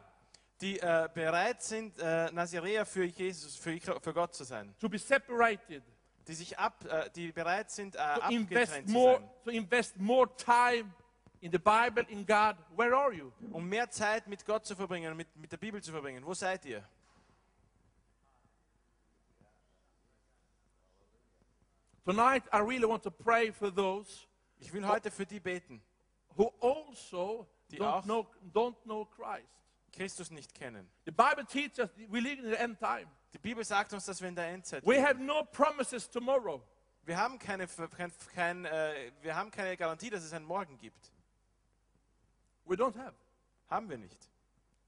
B: die äh, bereit sind, äh, Nazareer für Jesus, für, für Gott zu sein?
A: to be separated,
B: Die sich ab, äh, die bereit sind, äh,
A: to invest
B: abgetrennt zu
A: more,
B: sein.
A: to invest more time in the Bible, in God? Where are you?
B: Um mehr Zeit mit Gott zu verbringen, mit, mit der Bibel zu verbringen. Wo seid ihr?
A: Tonight, I really want to pray for those
B: Ich will heute für die beten,
A: who also
B: Die
A: don't
B: auch-
A: know, don't know Christ.
B: Christus nicht kennen.
A: The Bible teaches us we live in the end time.
B: Die Bibel sagt uns, dass wir in der Endzeit
A: We
B: leben.
A: have no promises tomorrow.
B: Wir haben keine, Ver- kein, kein, äh, wir haben keine Garantie, dass es einen Morgen gibt.
A: We don't have.
B: Haben wir nicht.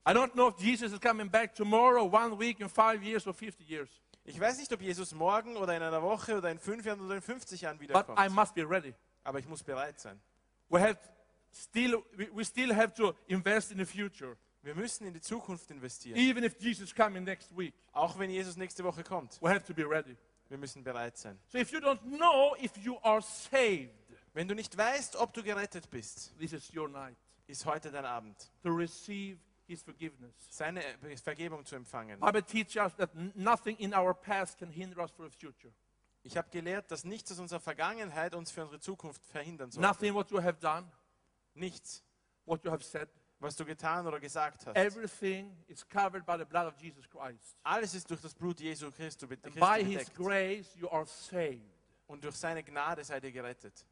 A: I don't know if Jesus is coming back tomorrow, one week, in five years, or 50 years.
B: Ich weiß nicht, ob Jesus morgen oder in einer Woche oder in fünf Jahren oder in 50 Jahren
A: But I
B: wiederkommt.
A: must be ready.
B: Aber ich muss bereit sein.
A: We, have still, we, we still have to invest in the future,
B: Wir müssen in die Zukunft investieren.
A: even if Jesus is coming next week.
B: Auch wenn Jesus nächste Woche kommt.
A: We have to be ready.
B: Wir müssen bereit sein.
A: So if you don't know if you are saved,
B: Wenn du nicht weißt, ob du gerettet bist,
A: this is your night
B: ist heute dein Abend,
A: to receive His forgiveness.
B: seine äh, Vergebung zu empfangen.
A: Bible teaches us that n- nothing in our past can hinder us for the future.
B: Ich habe gelehrt, dass nichts aus unserer Vergangenheit uns für unsere Zukunft verhindern soll.
A: Nothing what you have done,
B: Nichts,
A: what you have said,
B: was du getan oder gesagt hast.
A: everything is covered by the blood of Jesus Christ.
B: Alles ist durch das Blut Jesu Christus
A: And by
B: Christi
A: His
B: bedeckt.
A: grace you are saved.
B: und durch seine Gnade seid ihr gerettet.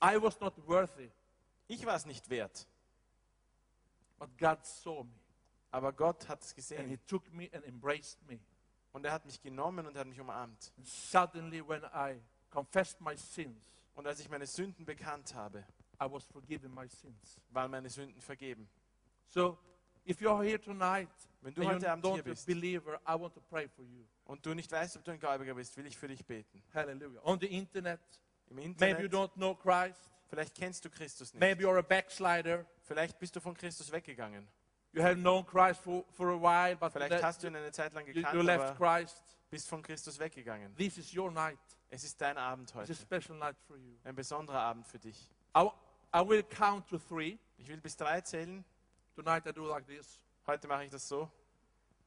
A: I was not worthy,
B: Ich war es nicht wert,
A: but God saw me
B: aber Gott hat es
A: and He
B: gesehen
A: took me and embraced me.
B: und er hat mich genommen und er hat mich umarmt.
A: And suddenly, when I confessed my sins,
B: Und als ich meine Sünden bekannt habe,
A: I was forgiven my sins.
B: waren meine Sünden vergeben.
A: So, if you're here tonight
B: Wenn
A: and
B: du
A: you're
B: heute Abend
A: not
B: hier
A: a
B: bist.
A: believer, I want to pray for you.
B: Und du nicht weißt, ob du ein Gläubiger bist, will ich für dich beten.
A: Hallelujah. On the internet,
B: Im
A: maybe you
B: Internet,
A: don't know Christ,
B: vielleicht kennst du Christus nicht.
A: maybe you're a backslider.
B: Vielleicht bist du von Christus weggegangen.
A: You have known Christ for, for a while, but
B: Vielleicht
A: that-
B: hast du ihn eine Zeit lang
A: you,
B: gekannt,
A: you left
B: aber
A: Christ.
B: bist von Christus weggegangen.
A: This is your night.
B: Es ist dein Abend
A: It's a
B: heute.
A: special night for you.
B: Ein besonderer Abend für dich.
A: I, w- I will count to three.
B: Ich will bis drei zählen.
A: Tonight I do like this.
B: Heute mache ich das so.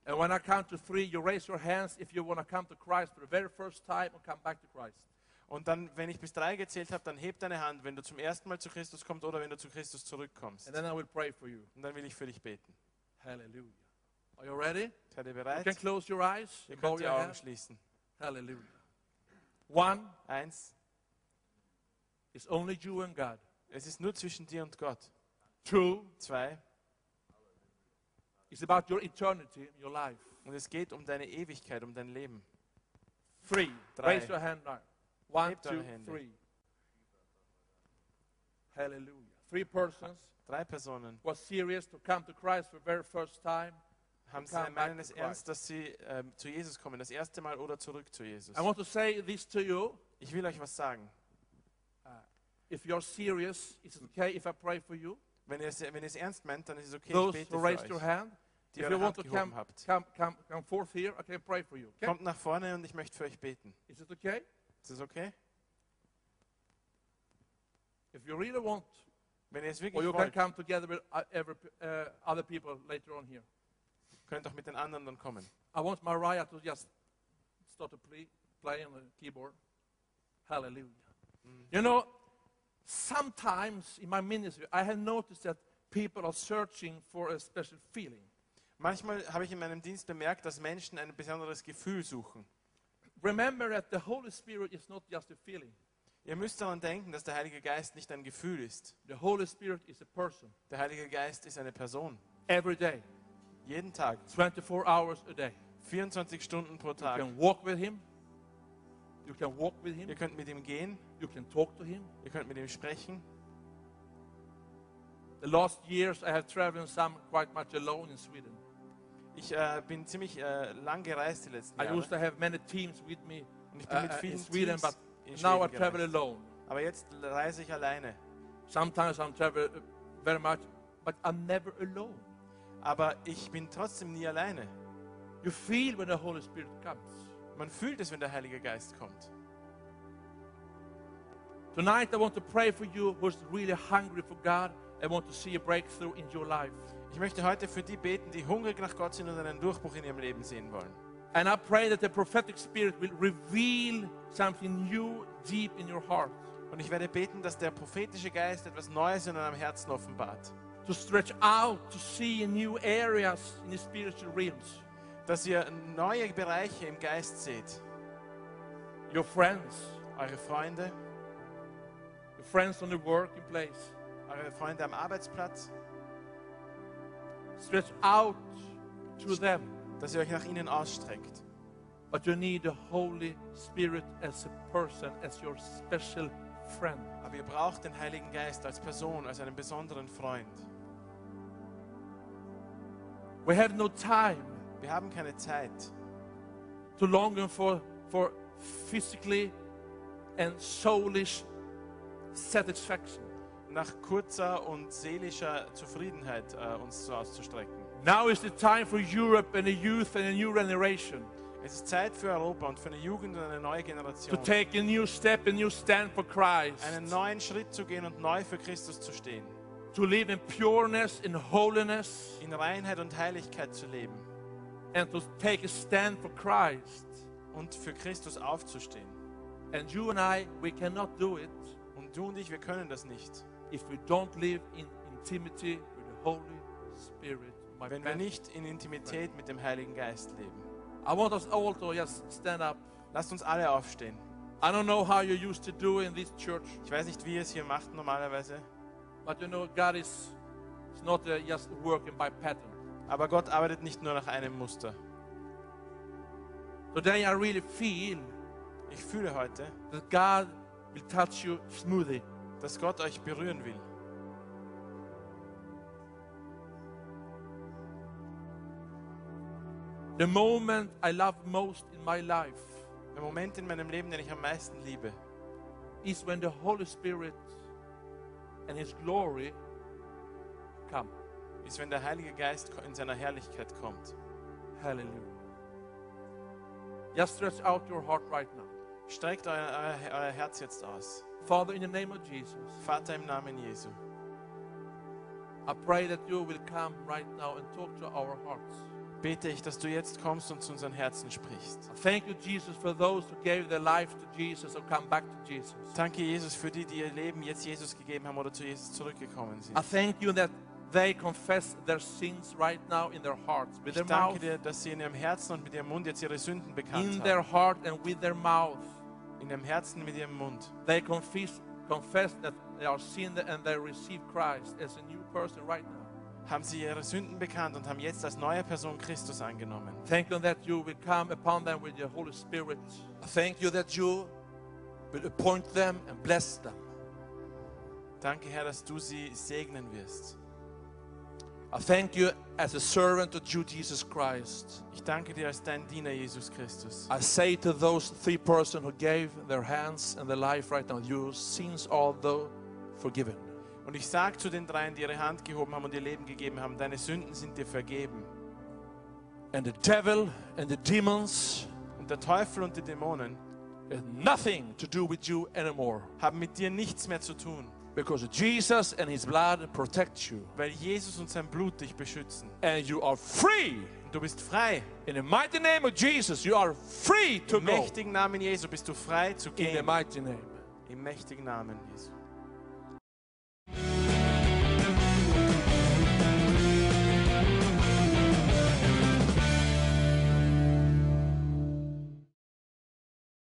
A: And when I count to three, you raise your hands if you want to come to Christ for the very first time and come back to Christ.
B: Und dann, wenn ich bis drei gezählt habe, dann heb deine Hand, wenn du zum ersten Mal zu Christus kommst oder wenn du zu Christus zurückkommst.
A: And then I will pray for you.
B: Und dann will ich für dich beten.
A: Hallelujah. Are you ready?
B: Seid ihr
A: You can
B: bereit?
A: close your eyes.
B: Ihr
A: and bow
B: könnt die
A: your
B: Augen
A: head.
B: schließen.
A: Hallelujah. One
B: Eins,
A: is only you and God.
B: es ist nur zwischen dir und Gott.
A: Two
B: Zwei,
A: is about your eternity, and your life.
B: und es geht um deine Ewigkeit, um dein Leben.
A: Three.
B: Drei.
A: Raise your hand now. One,
B: Hebt eure
A: two,
B: Hände.
A: three. Hallelujah. Three persons
B: Drei Personen
A: who are serious to come to Christ for the very first time.
B: haben
A: Come
B: sie
A: back
B: meinen es
A: to
B: ernst, dass sie ähm, zu Jesus kommen, das erste Mal oder zurück zu Jesus.
A: I want to say this to you.
B: Ich will euch was sagen.
A: If you're serious, it's okay if I pray for you.
B: Wenn ihr es, wenn ihr es ernst meint, dann ist es okay,
A: Those
B: ich bete
A: who
B: für
A: raised your
B: euch,
A: hand,
B: die
A: if
B: eure
A: you
B: Hand
A: want to
B: gehoben
A: come,
B: habt.
A: come, come, come forth here, I can pray for you. Okay?
B: Kommt nach vorne und ich möchte für euch beten.
A: Is it okay?
B: Ist das okay?
A: If you really want,
B: Wenn ihr es
A: or
B: wirklich
A: you can
B: wollt,
A: come together with uh, every, p- uh, other people later on here.
B: könnt auch mit den anderen dann kommen.
A: I want Mariah to just start to play, play on the keyboard. Hallelujah. You know, sometimes in my ministry, I have noticed that people are searching for a special feeling.
B: Manchmal habe ich in meinem Dienst bemerkt, dass Menschen ein besonderes Gefühl suchen.
A: Remember that the Holy Spirit is not just a feeling.
B: Ihr müsst daran denken, dass der Heilige Geist nicht ein Gefühl ist.
A: The Holy Spirit is a person
B: Der Heilige Geist ist eine Person.
A: every day,
B: Jeden Tag,
A: 24 hours a day.
B: 24 Stunden pro
A: You
B: Tag.
A: can walk with Him. You can walk with Him.
B: Ihr könnt mit ihm gehen,
A: You can talk to Him.
B: ihr könnt mit ihm sprechen.
A: The last years, I have traveled some quite much alone in Sweden.
B: Ich äh, bin ziemlich äh, lang gereist die letzten
A: I
B: Jahre.
A: used to have many teams with me
B: Und ich bin
A: uh,
B: mit
A: uh,
B: vielen
A: in Sweden,
B: Teams
A: but
B: in
A: now I
B: Schweden
A: travel
B: gereist.
A: alone.
B: Aber jetzt reise ich alleine.
A: Sometimes I travel uh, very much, but I'm never alone.
B: Aber ich bin trotzdem nie alleine.
A: You feel when the Holy Spirit comes.
B: Man fühlt es, wenn der Heilige Geist kommt.
A: Tonight, I want to pray for you who's really hungry for God and want to see a breakthrough in your life.
B: Ich möchte heute für die beten, die hungrig nach Gott sind und einen Durchbruch in ihrem Leben sehen wollen.
A: And I pray that the prophetic spirit will reveal something new deep in your heart
B: Und ich werde beten, dass der prophetische Geist etwas Neues in eurem Herzen offenbart.
A: to stretch out to see new areas in the spiritual realms.
B: Dass ihr neue Bereiche im Geist seht.
A: Your friends,
B: Eure Freunde,
A: your friends on the working place,
B: eure Freunde am Arbeitsplatz.
A: stretch out to them.
B: Dass ihr euch nach ihnen ausstreckt.
A: But you need the Holy Spirit as a person, as your special friend.
B: Aber ihr braucht den Heiligen Geist als Person, als einen besonderen Freund.
A: We have no time
B: Wir haben keine Zeit,
A: to long for, for physically and soulish satisfaction.
B: nach kurzer und seelischer Zufriedenheit äh, uns so auszustrecken.
A: Now is the time for Europe and the youth and a new generation
B: Es ist Zeit für Europa und für eine Jugend und eine neue
A: to
B: Generation,
A: take a new step, a new stand for Christ,
B: einen neuen Schritt zu gehen und neu für Christus zu stehen,
A: to live in pureness, in holiness,
B: in Reinheit und Heiligkeit zu leben
A: and to take a stand for Christ.
B: und für Christus aufzustehen.
A: And you and I, we cannot do it
B: Und du und ich, wir können das nicht,
A: if we don't live in intimacy with the Holy Spirit, my
B: wenn wir
A: friend.
B: nicht in Intimität mit dem Heiligen Geist leben.
A: I want us all to just stand up.
B: Lasst uns alle aufstehen.
A: I don't know how you used to do in this church,
B: Ich weiß nicht, wie ihr es hier macht normalerweise,
A: but you know, God is it's not uh, just working by pattern.
B: aber Gott arbeitet nicht nur nach einem Muster.
A: Today, I really feel
B: Ich fühle heute,
A: that God will touch you smoothly.
B: dass Gott euch berühren will.
A: The moment I love most in my life
B: Der Moment in meinem Leben, den ich am meisten liebe,
A: is when the Holy Spirit and His glory come.
B: ist, wenn der Heilige Geist in seiner Herrlichkeit kommt.
A: Hallelujah. Just stretch out your heart right now.
B: Streckt euer, euer, euer Herz jetzt aus.
A: Father, in the name of Jesus,
B: Vater im Namen Jesu,
A: I pray that you will come right now and talk to our hearts.
B: bete ich, dass du jetzt kommst und zu unseren Herzen sprichst.
A: I Thank you, Jesus, for those who gave their life to Jesus or come back to Jesus.
B: Danke, Jesus, für die, die ihr Leben jetzt Jesus gegeben haben oder zu Jesus zurückgekommen sind.
A: I thank you that they confess their sins right now in their hearts, with their
B: Ich danke
A: mouth,
B: dir, dass sie in ihrem Herzen und mit ihrem Mund jetzt ihre Sünden bekannt
A: in their
B: haben.
A: heart and with their mouth.
B: In ihrem Herzen, mit ihrem Mund.
A: They confess, confess that they are sinned and they receive Christ as a new person right now.
B: Haben sie ihre Sünden bekannt und haben jetzt als neue Person Christus angenommen.
A: Thank you that you will come upon them with your Holy Spirit. I Thank you that you will appoint them and bless them.
B: Danke, Herr, dass du sie segnen wirst.
A: I thank you as a servant of you, Jesus Christ.
B: Ich danke dir als dein Diener, Jesus Christus.
A: I say to those three persons who gave their hands and their life right now, your sins are though forgiven.
B: Und ich sage zu den dreien, die ihre Hand gehoben haben und ihr Leben gegeben haben, deine Sünden sind dir vergeben.
A: And the devil and the demons
B: Und der Teufel und die Dämonen
A: have nothing to do with you anymore
B: haben mit dir nichts mehr zu tun,
A: because Jesus and his blood protect you.
B: weil Jesus und sein Blut dich beschützen.
A: And you are free.
B: Und du bist frei.
A: In the mighty name of Jesus, you are free to
B: Im
A: go.
B: mächtigen Namen Jesu bist du frei zu
A: In the
B: gehen.
A: né, mighty name.
B: Im mächtigen Namen Jesu.